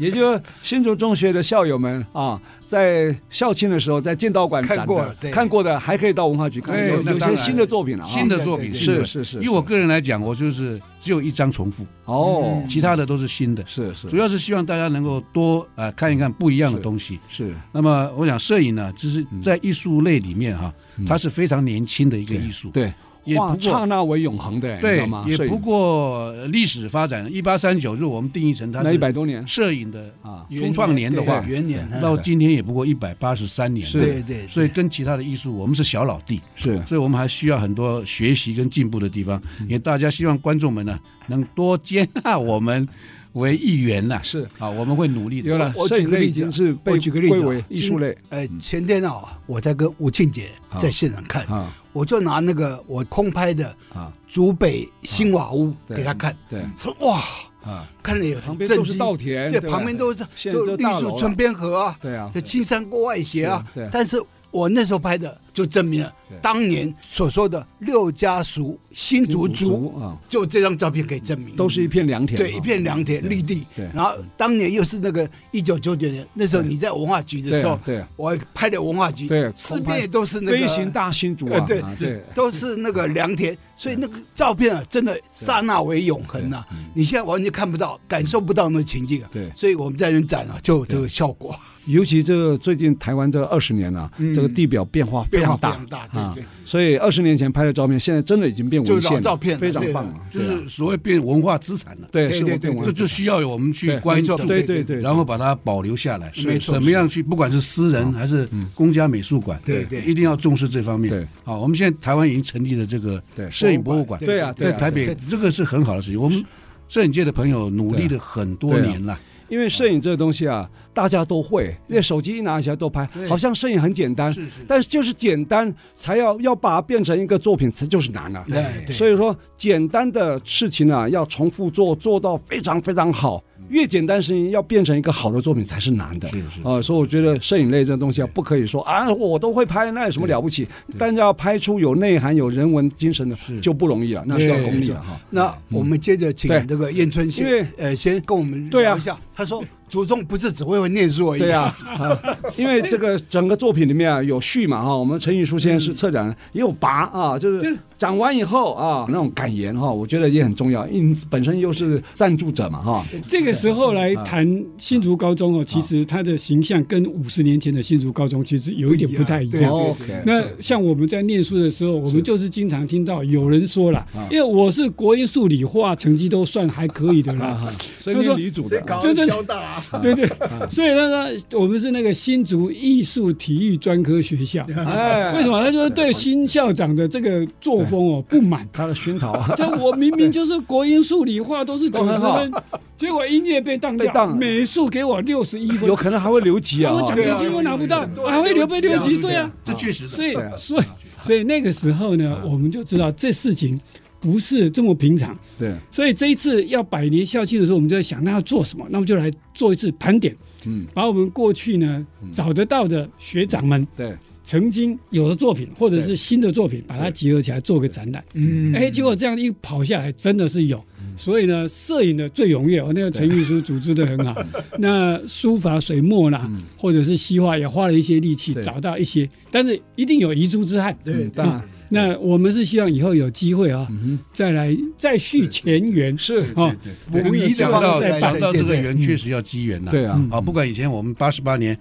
[SPEAKER 1] 也就是新竹中学的校友们啊，在校庆的时候在剑道馆展
[SPEAKER 2] 看过
[SPEAKER 1] 的
[SPEAKER 2] 了对哎
[SPEAKER 1] 看过的，还可以到文化局看，
[SPEAKER 3] 对
[SPEAKER 1] 有
[SPEAKER 3] 那
[SPEAKER 1] 有一
[SPEAKER 3] 当
[SPEAKER 1] 些
[SPEAKER 3] 然
[SPEAKER 1] 新的作品了啊，
[SPEAKER 3] 新的作品，
[SPEAKER 2] 对
[SPEAKER 3] 新的
[SPEAKER 1] 是是是
[SPEAKER 3] 以我个人来讲，我就是只有一张重复，
[SPEAKER 2] 嗯
[SPEAKER 1] 哦，
[SPEAKER 3] 其他的都是新的。
[SPEAKER 1] 是是
[SPEAKER 3] 主要是希望大家能够多呃看一看不一样的
[SPEAKER 1] 是
[SPEAKER 3] 东西。
[SPEAKER 1] 是
[SPEAKER 3] 那么我想摄影呢，就是
[SPEAKER 1] 嗯
[SPEAKER 3] 在艺术类里面哈、它是非常年轻的一个艺术，
[SPEAKER 1] 对，
[SPEAKER 3] 也
[SPEAKER 1] 化
[SPEAKER 3] 不
[SPEAKER 1] 刹
[SPEAKER 3] 过
[SPEAKER 1] 那为永恒的，你知道
[SPEAKER 3] 对
[SPEAKER 1] 吗，？
[SPEAKER 3] 也
[SPEAKER 1] 摄影
[SPEAKER 3] 不过呃历史发展，一八三九，如果我们定义成它
[SPEAKER 1] 那一百
[SPEAKER 3] 是
[SPEAKER 1] 多年
[SPEAKER 3] 摄影的
[SPEAKER 1] 啊，
[SPEAKER 3] 初创年的话
[SPEAKER 2] 对，元年啊
[SPEAKER 3] 到今天也不过一百八十三年，
[SPEAKER 1] 是
[SPEAKER 2] 对对，
[SPEAKER 3] 所以跟其他的艺术，我们是小老弟，
[SPEAKER 1] 是嗯
[SPEAKER 3] 所以我们还需要很多学习跟进步的地方。也大家希望观众们呢，能多接纳我们为一员呐。
[SPEAKER 1] 是
[SPEAKER 3] 啊，我们会努力的。
[SPEAKER 1] 有了，
[SPEAKER 2] 我
[SPEAKER 1] 摄
[SPEAKER 2] 举
[SPEAKER 1] 影
[SPEAKER 2] 个
[SPEAKER 1] 类
[SPEAKER 2] 例
[SPEAKER 1] 已
[SPEAKER 2] 子啊
[SPEAKER 1] 经是被
[SPEAKER 2] 我举个例子啊
[SPEAKER 1] 归为艺术类
[SPEAKER 2] 呃，前天啊，我在跟吴庆杰在现场看，
[SPEAKER 1] 啊
[SPEAKER 2] 我就拿那个我空拍的
[SPEAKER 1] 啊，
[SPEAKER 2] 竹北新瓦屋
[SPEAKER 1] 对
[SPEAKER 2] 给他看，
[SPEAKER 1] 对
[SPEAKER 2] 说哇，
[SPEAKER 1] 啊，
[SPEAKER 2] 看了也
[SPEAKER 1] 旁
[SPEAKER 2] 很
[SPEAKER 1] 边
[SPEAKER 2] 嗯震
[SPEAKER 1] 都是
[SPEAKER 2] 惊，
[SPEAKER 1] 稻田，
[SPEAKER 2] 对，
[SPEAKER 1] 吧
[SPEAKER 2] 旁边都是
[SPEAKER 1] 现在
[SPEAKER 2] 就
[SPEAKER 1] 都
[SPEAKER 2] 绿
[SPEAKER 1] 大楼
[SPEAKER 2] 树
[SPEAKER 1] 了
[SPEAKER 2] 村边河啊，
[SPEAKER 1] 对啊
[SPEAKER 2] 这，青山郭外斜啊
[SPEAKER 1] 对对。
[SPEAKER 2] 但是我那时候拍的就证明了
[SPEAKER 1] 对
[SPEAKER 2] 当年所说的六家熟新
[SPEAKER 1] 新
[SPEAKER 2] 竹
[SPEAKER 1] 竹
[SPEAKER 2] 竹，
[SPEAKER 1] 竹啊，
[SPEAKER 2] 就这张照片可以证明，
[SPEAKER 1] 都是一片良田，
[SPEAKER 2] 对
[SPEAKER 1] 啊
[SPEAKER 2] 一片良田
[SPEAKER 1] 对
[SPEAKER 2] 绿地
[SPEAKER 1] 对。
[SPEAKER 2] 然后当年又是那个一九九九年，那时候你在文化局的
[SPEAKER 1] 对
[SPEAKER 2] 时候
[SPEAKER 1] 啊，对啊
[SPEAKER 2] 我拍的文化局，
[SPEAKER 1] 对
[SPEAKER 2] 四
[SPEAKER 1] 空拍
[SPEAKER 2] 边也都是那个
[SPEAKER 1] 飞行大新竹啊，
[SPEAKER 2] 对
[SPEAKER 1] 啊对，
[SPEAKER 2] 都是那个良田，所以那个照片啊，真的刹那为永恒呐、你现在完全看不到、感受不到那情境啊。
[SPEAKER 1] 嗯对
[SPEAKER 2] 所以我们在人展啊，就有这个效果。
[SPEAKER 1] 尤其这个最近台湾这二十年啊，
[SPEAKER 2] 嗯
[SPEAKER 1] 这个地表变化非
[SPEAKER 2] 变化
[SPEAKER 1] 常
[SPEAKER 2] 非
[SPEAKER 1] 大
[SPEAKER 2] 常，大，
[SPEAKER 1] 啊
[SPEAKER 2] 对对，
[SPEAKER 1] 所以二十年前拍的照片，现在真的已经变文
[SPEAKER 2] 就是
[SPEAKER 1] 献
[SPEAKER 2] 老
[SPEAKER 1] 了，
[SPEAKER 2] 照片了
[SPEAKER 1] 非常
[SPEAKER 2] 对
[SPEAKER 1] 棒了。
[SPEAKER 3] 就是所谓变文化资产了。
[SPEAKER 1] 对，
[SPEAKER 2] 对
[SPEAKER 1] 是我
[SPEAKER 2] 对
[SPEAKER 1] 变
[SPEAKER 2] 对
[SPEAKER 1] 文
[SPEAKER 3] 这
[SPEAKER 1] 献
[SPEAKER 3] 就需要我们去
[SPEAKER 1] 对
[SPEAKER 3] 关注，
[SPEAKER 1] 对对对，
[SPEAKER 3] 然后把它保留下来。
[SPEAKER 2] 没错
[SPEAKER 3] 怎么样去？不管是嗯私人还是公家美术馆，
[SPEAKER 2] 对对
[SPEAKER 3] 一定要重视这方面。
[SPEAKER 1] 对，
[SPEAKER 3] 好，我们现在台湾已经成立了这个
[SPEAKER 1] 对
[SPEAKER 3] 摄影博物馆，
[SPEAKER 1] 对啊
[SPEAKER 3] 在台北
[SPEAKER 2] 对
[SPEAKER 3] 这个是很好的事情。我们摄影界的朋友努力了很多年了，
[SPEAKER 1] 因为摄影这个东西啊，大家都会，那手机一拿起来都拍
[SPEAKER 3] 对，
[SPEAKER 1] 好像摄影很简单，
[SPEAKER 3] 是是
[SPEAKER 1] 但是就是简单，才要要把它变成一个作品，这就是难了。哎
[SPEAKER 2] 对对
[SPEAKER 1] 所以说简单的事情啊，要重复做，做到非常非常好。越简单的事情要变成一个好的作品才是难的。
[SPEAKER 3] 嗯是是
[SPEAKER 1] 啊、所以我觉得摄影类这东西啊，不可以说啊，我都会拍，那有什么了不起？但要拍出有内涵、有人文精神的
[SPEAKER 3] 是，
[SPEAKER 1] 就不容易了，那需要
[SPEAKER 3] 对
[SPEAKER 1] 功力了啊哈。
[SPEAKER 2] 那我们接着请
[SPEAKER 1] 嗯对
[SPEAKER 2] 这个燕春
[SPEAKER 1] 因为
[SPEAKER 2] 先，呃，先跟我们
[SPEAKER 1] 对啊
[SPEAKER 2] 聊一下。他说，祖宗不是只会会念书而已，
[SPEAKER 1] 对呀、啊，因为这个整个作品里面啊有序嘛哈，我们陈玉书先生是策展人，也有拔啊，就是讲完以后啊那种感言哈，我觉得也很重要，因为本身又是赞助者嘛哈，
[SPEAKER 4] 这个时候来谈新竹高中哦，其实它的形象跟五十年前的新竹高中其实有一点不太一
[SPEAKER 2] 对啊
[SPEAKER 4] 样。
[SPEAKER 2] 对
[SPEAKER 1] 哦 OK
[SPEAKER 4] 那像我们在念书的时候，我们就是经常听到有人说啦，因为我是国英数理化成绩都算还可啊以的
[SPEAKER 1] 啊
[SPEAKER 4] 啦，
[SPEAKER 1] 所以你是李主的
[SPEAKER 2] 谁搞
[SPEAKER 4] 对对
[SPEAKER 2] 交大啊？
[SPEAKER 4] 对对，所以那个我们是那个新竹艺术体育专科学校，
[SPEAKER 1] 哎，
[SPEAKER 4] 为什么？他就是对新校长的这个作风哦不满，，
[SPEAKER 1] 他的熏陶 啊
[SPEAKER 4] 这我明明就是国英数理化都是
[SPEAKER 1] 都
[SPEAKER 4] 九十
[SPEAKER 1] 很好
[SPEAKER 4] 分，结果音乐被当
[SPEAKER 1] 被
[SPEAKER 4] 掉，
[SPEAKER 1] 当
[SPEAKER 4] 美术给我六十一分
[SPEAKER 1] 有，可能还会留级啊
[SPEAKER 4] 啊我
[SPEAKER 1] 哈，
[SPEAKER 4] 奖
[SPEAKER 2] 对
[SPEAKER 4] 学
[SPEAKER 2] 啊
[SPEAKER 4] 金我拿不到
[SPEAKER 2] 很，多人
[SPEAKER 4] 还会留被六级，
[SPEAKER 2] 留级啊
[SPEAKER 4] 对啊。
[SPEAKER 3] 这确实的
[SPEAKER 4] 所以
[SPEAKER 1] 对啊，
[SPEAKER 4] 所以，所以那个时候呢，我们就知道这事情不是这么平常。
[SPEAKER 1] 对，
[SPEAKER 4] 所以这一次要百年校庆的时候，我们就在想，那要做什么？那我们就来做一次盘点，
[SPEAKER 1] 嗯，
[SPEAKER 4] 把我们过去呢
[SPEAKER 2] 嗯
[SPEAKER 4] 找得到的学长们
[SPEAKER 1] 对，
[SPEAKER 4] 曾经有的作品，或者是新的作品，把它集合起来做个展览。
[SPEAKER 2] 嗯，
[SPEAKER 4] 哎，结果这样一跑下来，真的是有。所以呢，摄影的最踊跃，哦我那个陈玉书组织的很 好。那书法、水墨啦，
[SPEAKER 2] 嗯
[SPEAKER 4] 或者是西画，也花了一些力气
[SPEAKER 1] 对
[SPEAKER 4] 找到一些，但是一定有遗珠之憾。
[SPEAKER 2] 对嗯
[SPEAKER 1] 当然
[SPEAKER 4] 啊那我们是希望以后有机会啊，再来再续前缘。
[SPEAKER 1] 是
[SPEAKER 4] 哦，
[SPEAKER 3] 我
[SPEAKER 2] 无
[SPEAKER 3] 们
[SPEAKER 2] 疑
[SPEAKER 3] 讲
[SPEAKER 2] 的
[SPEAKER 3] 到
[SPEAKER 2] 方式来
[SPEAKER 3] 讲
[SPEAKER 2] 呈现
[SPEAKER 3] 到这个
[SPEAKER 2] 对
[SPEAKER 3] 缘，确实要机缘呐。
[SPEAKER 1] 对啊，
[SPEAKER 3] 啊，不管以前我们八十八年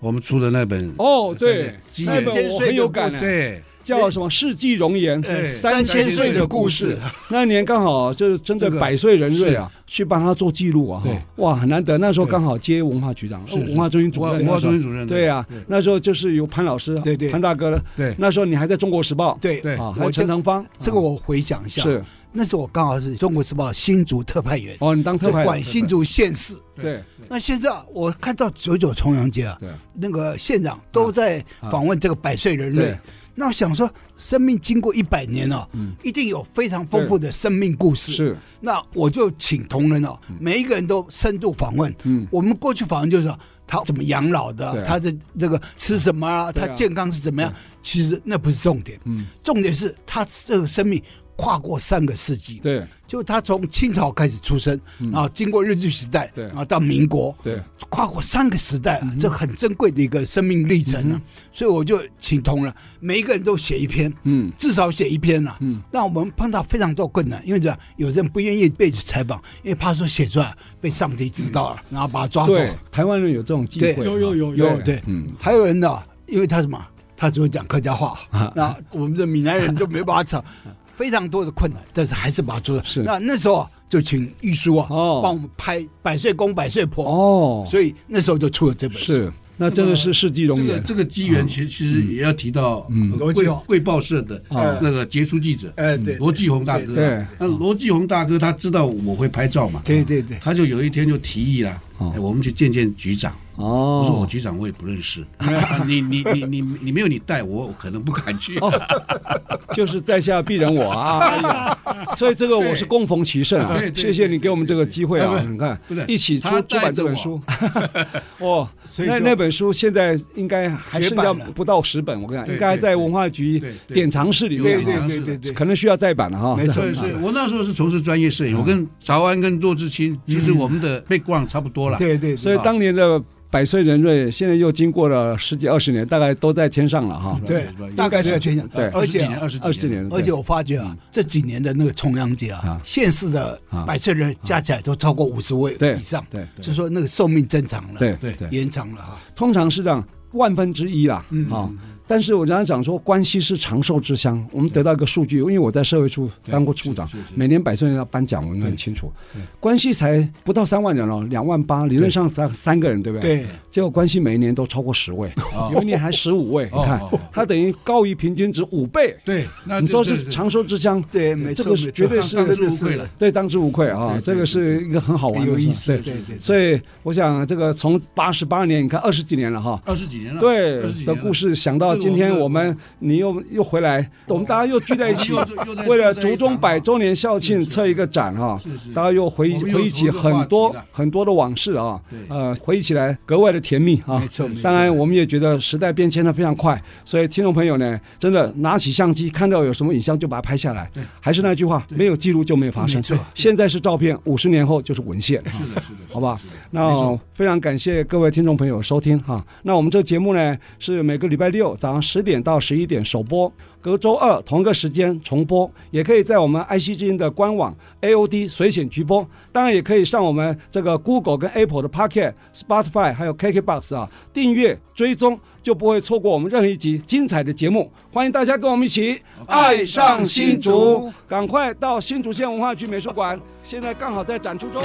[SPEAKER 3] 我们出的那本
[SPEAKER 1] 哦对，
[SPEAKER 3] 机
[SPEAKER 1] 那
[SPEAKER 3] 缘，
[SPEAKER 1] 本我很有感啊，
[SPEAKER 3] 对，
[SPEAKER 1] 叫什么《世纪容颜》
[SPEAKER 2] 呃，
[SPEAKER 1] 三
[SPEAKER 2] 三千岁的故事，
[SPEAKER 1] 那年刚好就是针对
[SPEAKER 3] 这个
[SPEAKER 1] 百岁人瑞啊，去帮他做记录啊，
[SPEAKER 3] 对
[SPEAKER 1] 哈，哇，很难得。那时候刚好接文化局长、
[SPEAKER 3] 是是
[SPEAKER 1] 文化中心主
[SPEAKER 3] 文化
[SPEAKER 1] 任，
[SPEAKER 3] 文化哦中心主任
[SPEAKER 1] 对啊
[SPEAKER 3] 对，
[SPEAKER 1] 那时候就是由潘老师、
[SPEAKER 2] 对对
[SPEAKER 1] 潘大哥了。
[SPEAKER 3] 对
[SPEAKER 1] 那时候你还在中国时报，
[SPEAKER 2] 对
[SPEAKER 3] 对
[SPEAKER 1] 啊，还有
[SPEAKER 2] 我
[SPEAKER 1] 陈
[SPEAKER 2] 这
[SPEAKER 1] 腾芳，
[SPEAKER 2] 这个我回想一下，
[SPEAKER 1] 是
[SPEAKER 2] 那时候我刚好是中国时报新竹特派员，
[SPEAKER 1] 哦，你当特
[SPEAKER 2] 就
[SPEAKER 1] 派
[SPEAKER 2] 管新竹县市。
[SPEAKER 1] 对
[SPEAKER 2] 那现在啊我看到九九重阳节啊
[SPEAKER 1] 对，啊
[SPEAKER 2] 那个县长都在访问这个百岁人类
[SPEAKER 1] 对。
[SPEAKER 2] 那我想说，生命经过一百年了、
[SPEAKER 1] 嗯
[SPEAKER 2] 一定有非常丰富的生命故事。，
[SPEAKER 1] 是
[SPEAKER 2] 那我就请同仁哦，每一个人都深度访问。
[SPEAKER 1] 嗯
[SPEAKER 2] 我们过去访问就是说他怎么养老的，
[SPEAKER 1] 对啊
[SPEAKER 2] 他的这个吃什么啊，
[SPEAKER 1] 对啊
[SPEAKER 2] 他健康是怎么样？其实那不是重点，
[SPEAKER 1] 嗯
[SPEAKER 2] 重点是他这个生命跨过三个世纪。
[SPEAKER 1] 对
[SPEAKER 2] 就他从清朝开始出生，然后经过日据时代，
[SPEAKER 1] 嗯对
[SPEAKER 2] 然后到民国，
[SPEAKER 1] 对嗯
[SPEAKER 2] 跨过三个时代啊，这很珍贵的一个生命历程啊。所以我就请同仁每一个人都写一篇，
[SPEAKER 1] 嗯
[SPEAKER 2] 至少写一篇啊。
[SPEAKER 1] 嗯
[SPEAKER 2] 那我们碰到非常多困难，因为这样有人不愿意被采访，因为怕说写出来被上帝知道了，然后把他抓
[SPEAKER 1] 嗯
[SPEAKER 2] 走
[SPEAKER 1] 对
[SPEAKER 2] 了。，
[SPEAKER 1] 台湾人有这种忌讳，
[SPEAKER 2] 对
[SPEAKER 4] 有有有
[SPEAKER 2] 有对，
[SPEAKER 1] 嗯
[SPEAKER 2] 还有人呢，因为他什么，他只会讲客 家话，那我们的闽南人就没办法讲，非常多的困难，但是还是把它做了
[SPEAKER 1] 是。
[SPEAKER 2] 那那时候啊就请玉书啊，
[SPEAKER 1] 哦
[SPEAKER 2] 帮我们拍《百岁公百岁婆》，
[SPEAKER 1] 哦，
[SPEAKER 2] 所以那时候就出了这本书。
[SPEAKER 1] 是那真的是世纪容
[SPEAKER 3] 这个
[SPEAKER 1] 颜，
[SPEAKER 3] 这个机缘，其实其实也要提到呃
[SPEAKER 2] 罗
[SPEAKER 3] 贵
[SPEAKER 2] 继红
[SPEAKER 3] 贵报社的
[SPEAKER 1] 啊
[SPEAKER 3] 那个杰出记者，
[SPEAKER 1] 嗯
[SPEAKER 2] 哎对对
[SPEAKER 3] 罗继红大哥
[SPEAKER 1] 对对
[SPEAKER 3] 啊。那罗继红大哥他知道我会拍照嘛，
[SPEAKER 2] 对对对，
[SPEAKER 1] 嗯
[SPEAKER 3] 他就有一天就提议啦，
[SPEAKER 1] 哦
[SPEAKER 3] 哎我们去见见局长。我说我
[SPEAKER 1] 哦。
[SPEAKER 3] 局长我也不认识，啊你你你你你没有你带我，我可能不敢去。
[SPEAKER 1] 就是在下必人我啊！哎呀，所以这个我是恭逢其盛啊
[SPEAKER 3] 对！对
[SPEAKER 1] 谢谢你给我们这个机会啊！
[SPEAKER 3] 对对
[SPEAKER 1] 你看
[SPEAKER 3] 不是，
[SPEAKER 1] 一起出
[SPEAKER 3] 他
[SPEAKER 1] 出版
[SPEAKER 3] 带着
[SPEAKER 1] 这本
[SPEAKER 3] 我
[SPEAKER 1] 书， 哦，
[SPEAKER 2] 所以
[SPEAKER 1] 那
[SPEAKER 2] 就
[SPEAKER 1] 那本书现在应该还
[SPEAKER 2] 绝
[SPEAKER 1] 剩
[SPEAKER 2] 版
[SPEAKER 1] 下
[SPEAKER 2] 了
[SPEAKER 1] 不到十本，我跟你讲，
[SPEAKER 3] 对
[SPEAKER 1] 应该还在
[SPEAKER 3] 对对
[SPEAKER 1] 文化局
[SPEAKER 3] 对对
[SPEAKER 1] 典藏室里
[SPEAKER 3] 有
[SPEAKER 1] 面
[SPEAKER 2] 对
[SPEAKER 3] 两
[SPEAKER 1] 哈，
[SPEAKER 3] 行
[SPEAKER 2] 对
[SPEAKER 3] 是
[SPEAKER 2] 对
[SPEAKER 3] 的
[SPEAKER 2] 对对，
[SPEAKER 1] 可能需要再版了哈。
[SPEAKER 2] 没错
[SPEAKER 3] 所以，所以我那时候是从事专业摄影，我跟曹安跟骆志清，其实我们的被逛差不多了。
[SPEAKER 2] 对对对，
[SPEAKER 1] 所以当年的百岁人瑞现在又经过了十几二十年，大概都在天上了哈。
[SPEAKER 2] 对大概都在天上
[SPEAKER 1] 对
[SPEAKER 3] 二
[SPEAKER 2] 而
[SPEAKER 3] 十几
[SPEAKER 2] 且
[SPEAKER 3] 年，
[SPEAKER 2] 啊
[SPEAKER 3] 二十
[SPEAKER 1] 二
[SPEAKER 3] 几
[SPEAKER 1] 十
[SPEAKER 3] 年，
[SPEAKER 1] 年，嗯
[SPEAKER 2] 而且我发觉啊，这几年的那个重阳节啊
[SPEAKER 1] 啊，
[SPEAKER 2] 县市的
[SPEAKER 1] 啊
[SPEAKER 2] 百岁人加起来都超过五十位
[SPEAKER 1] 对
[SPEAKER 2] 以上，
[SPEAKER 1] 对
[SPEAKER 2] 就说那个寿命增长了，
[SPEAKER 1] 对
[SPEAKER 3] 对
[SPEAKER 1] 对对，
[SPEAKER 2] 延长了哈。
[SPEAKER 1] 通常是这样，万分之一啦
[SPEAKER 2] 嗯
[SPEAKER 1] 啊。但是我刚才讲说，关系是长寿之乡。我们得到一个数据，因为我在社会处当过处长
[SPEAKER 3] 是是，是
[SPEAKER 1] 每年百岁人要颁奖，我们很清楚
[SPEAKER 3] 对对。
[SPEAKER 1] 关系才不到三万人哦，两万八，理论上才三个人，对不对？。
[SPEAKER 2] 对，
[SPEAKER 1] 结果关系每一年都超过十 位，有一年还十五位。你看
[SPEAKER 3] 哦哦哦哦，
[SPEAKER 1] 它等于高于平均值五倍。
[SPEAKER 3] 对，那
[SPEAKER 1] 你
[SPEAKER 3] 就
[SPEAKER 1] 说是长寿之乡，
[SPEAKER 2] 对，没
[SPEAKER 1] 这
[SPEAKER 2] 错，
[SPEAKER 1] 个是
[SPEAKER 2] 没错
[SPEAKER 1] 绝对
[SPEAKER 2] 当
[SPEAKER 1] 是
[SPEAKER 2] 当真
[SPEAKER 3] 当之
[SPEAKER 2] 的
[SPEAKER 3] 无
[SPEAKER 2] 是
[SPEAKER 3] 愧了
[SPEAKER 2] 了，
[SPEAKER 1] 对，当之无愧
[SPEAKER 3] 对
[SPEAKER 1] 啊！
[SPEAKER 3] 对
[SPEAKER 1] 这个是一个很好玩
[SPEAKER 2] 很
[SPEAKER 1] 的
[SPEAKER 2] 有意
[SPEAKER 1] 事
[SPEAKER 2] 思，
[SPEAKER 1] 对，
[SPEAKER 2] 对对。
[SPEAKER 1] 所以我想，这个从八十八年，你看二十几年了哈。
[SPEAKER 3] 二十几年了，
[SPEAKER 1] 啊对
[SPEAKER 3] 二十几
[SPEAKER 1] 的
[SPEAKER 3] 年了
[SPEAKER 1] 故。事，想到
[SPEAKER 3] 这个
[SPEAKER 1] 今
[SPEAKER 3] 我
[SPEAKER 1] 天
[SPEAKER 3] 们
[SPEAKER 1] 我们你又又回来，我们大家又聚在一起
[SPEAKER 3] 又，又又在
[SPEAKER 1] 为了
[SPEAKER 3] 又在
[SPEAKER 1] 竹中
[SPEAKER 3] 讲
[SPEAKER 1] 百
[SPEAKER 3] 啊
[SPEAKER 1] 周年校庆
[SPEAKER 3] 是是
[SPEAKER 1] 测一个展哈
[SPEAKER 3] 是是，
[SPEAKER 1] 大家又回忆
[SPEAKER 3] 我们又
[SPEAKER 1] 回忆起
[SPEAKER 3] 投入这个
[SPEAKER 1] 很多
[SPEAKER 3] 话题了
[SPEAKER 1] 很多的往事啊
[SPEAKER 3] 对，
[SPEAKER 1] 呃，回忆起来格外的甜蜜啊。
[SPEAKER 2] 没错没错
[SPEAKER 1] 当然，我们也觉得时代变迁的非常快，所以听众朋友呢，真的拿起相机看到有什么影像就把它拍下来
[SPEAKER 3] 对。
[SPEAKER 1] 还是那句话，没有记录就没有发生
[SPEAKER 2] 没错。
[SPEAKER 1] 现在是照片，五十年后就是文献。啊
[SPEAKER 3] 是的，是的是的，
[SPEAKER 1] 好吧
[SPEAKER 3] 是的没
[SPEAKER 1] 那
[SPEAKER 3] 错
[SPEAKER 1] 非常感谢各位听众朋友收听哈。那我们这个节目呢是每个礼拜六早上十点到十一点首播，隔周二同一个时间重播，也可以在我们 IC 之音的官网 AOD 随选直播，当然也可以上我们这个 Google 跟 Apple 的 Pocket、Spotify 还有 KKBox 啊订阅追踪，就不会错过我们任何一集精彩的节目。欢迎大家跟我们一起爱上新竹，赶快到新竹县文化局美术馆，现在刚好在展出中。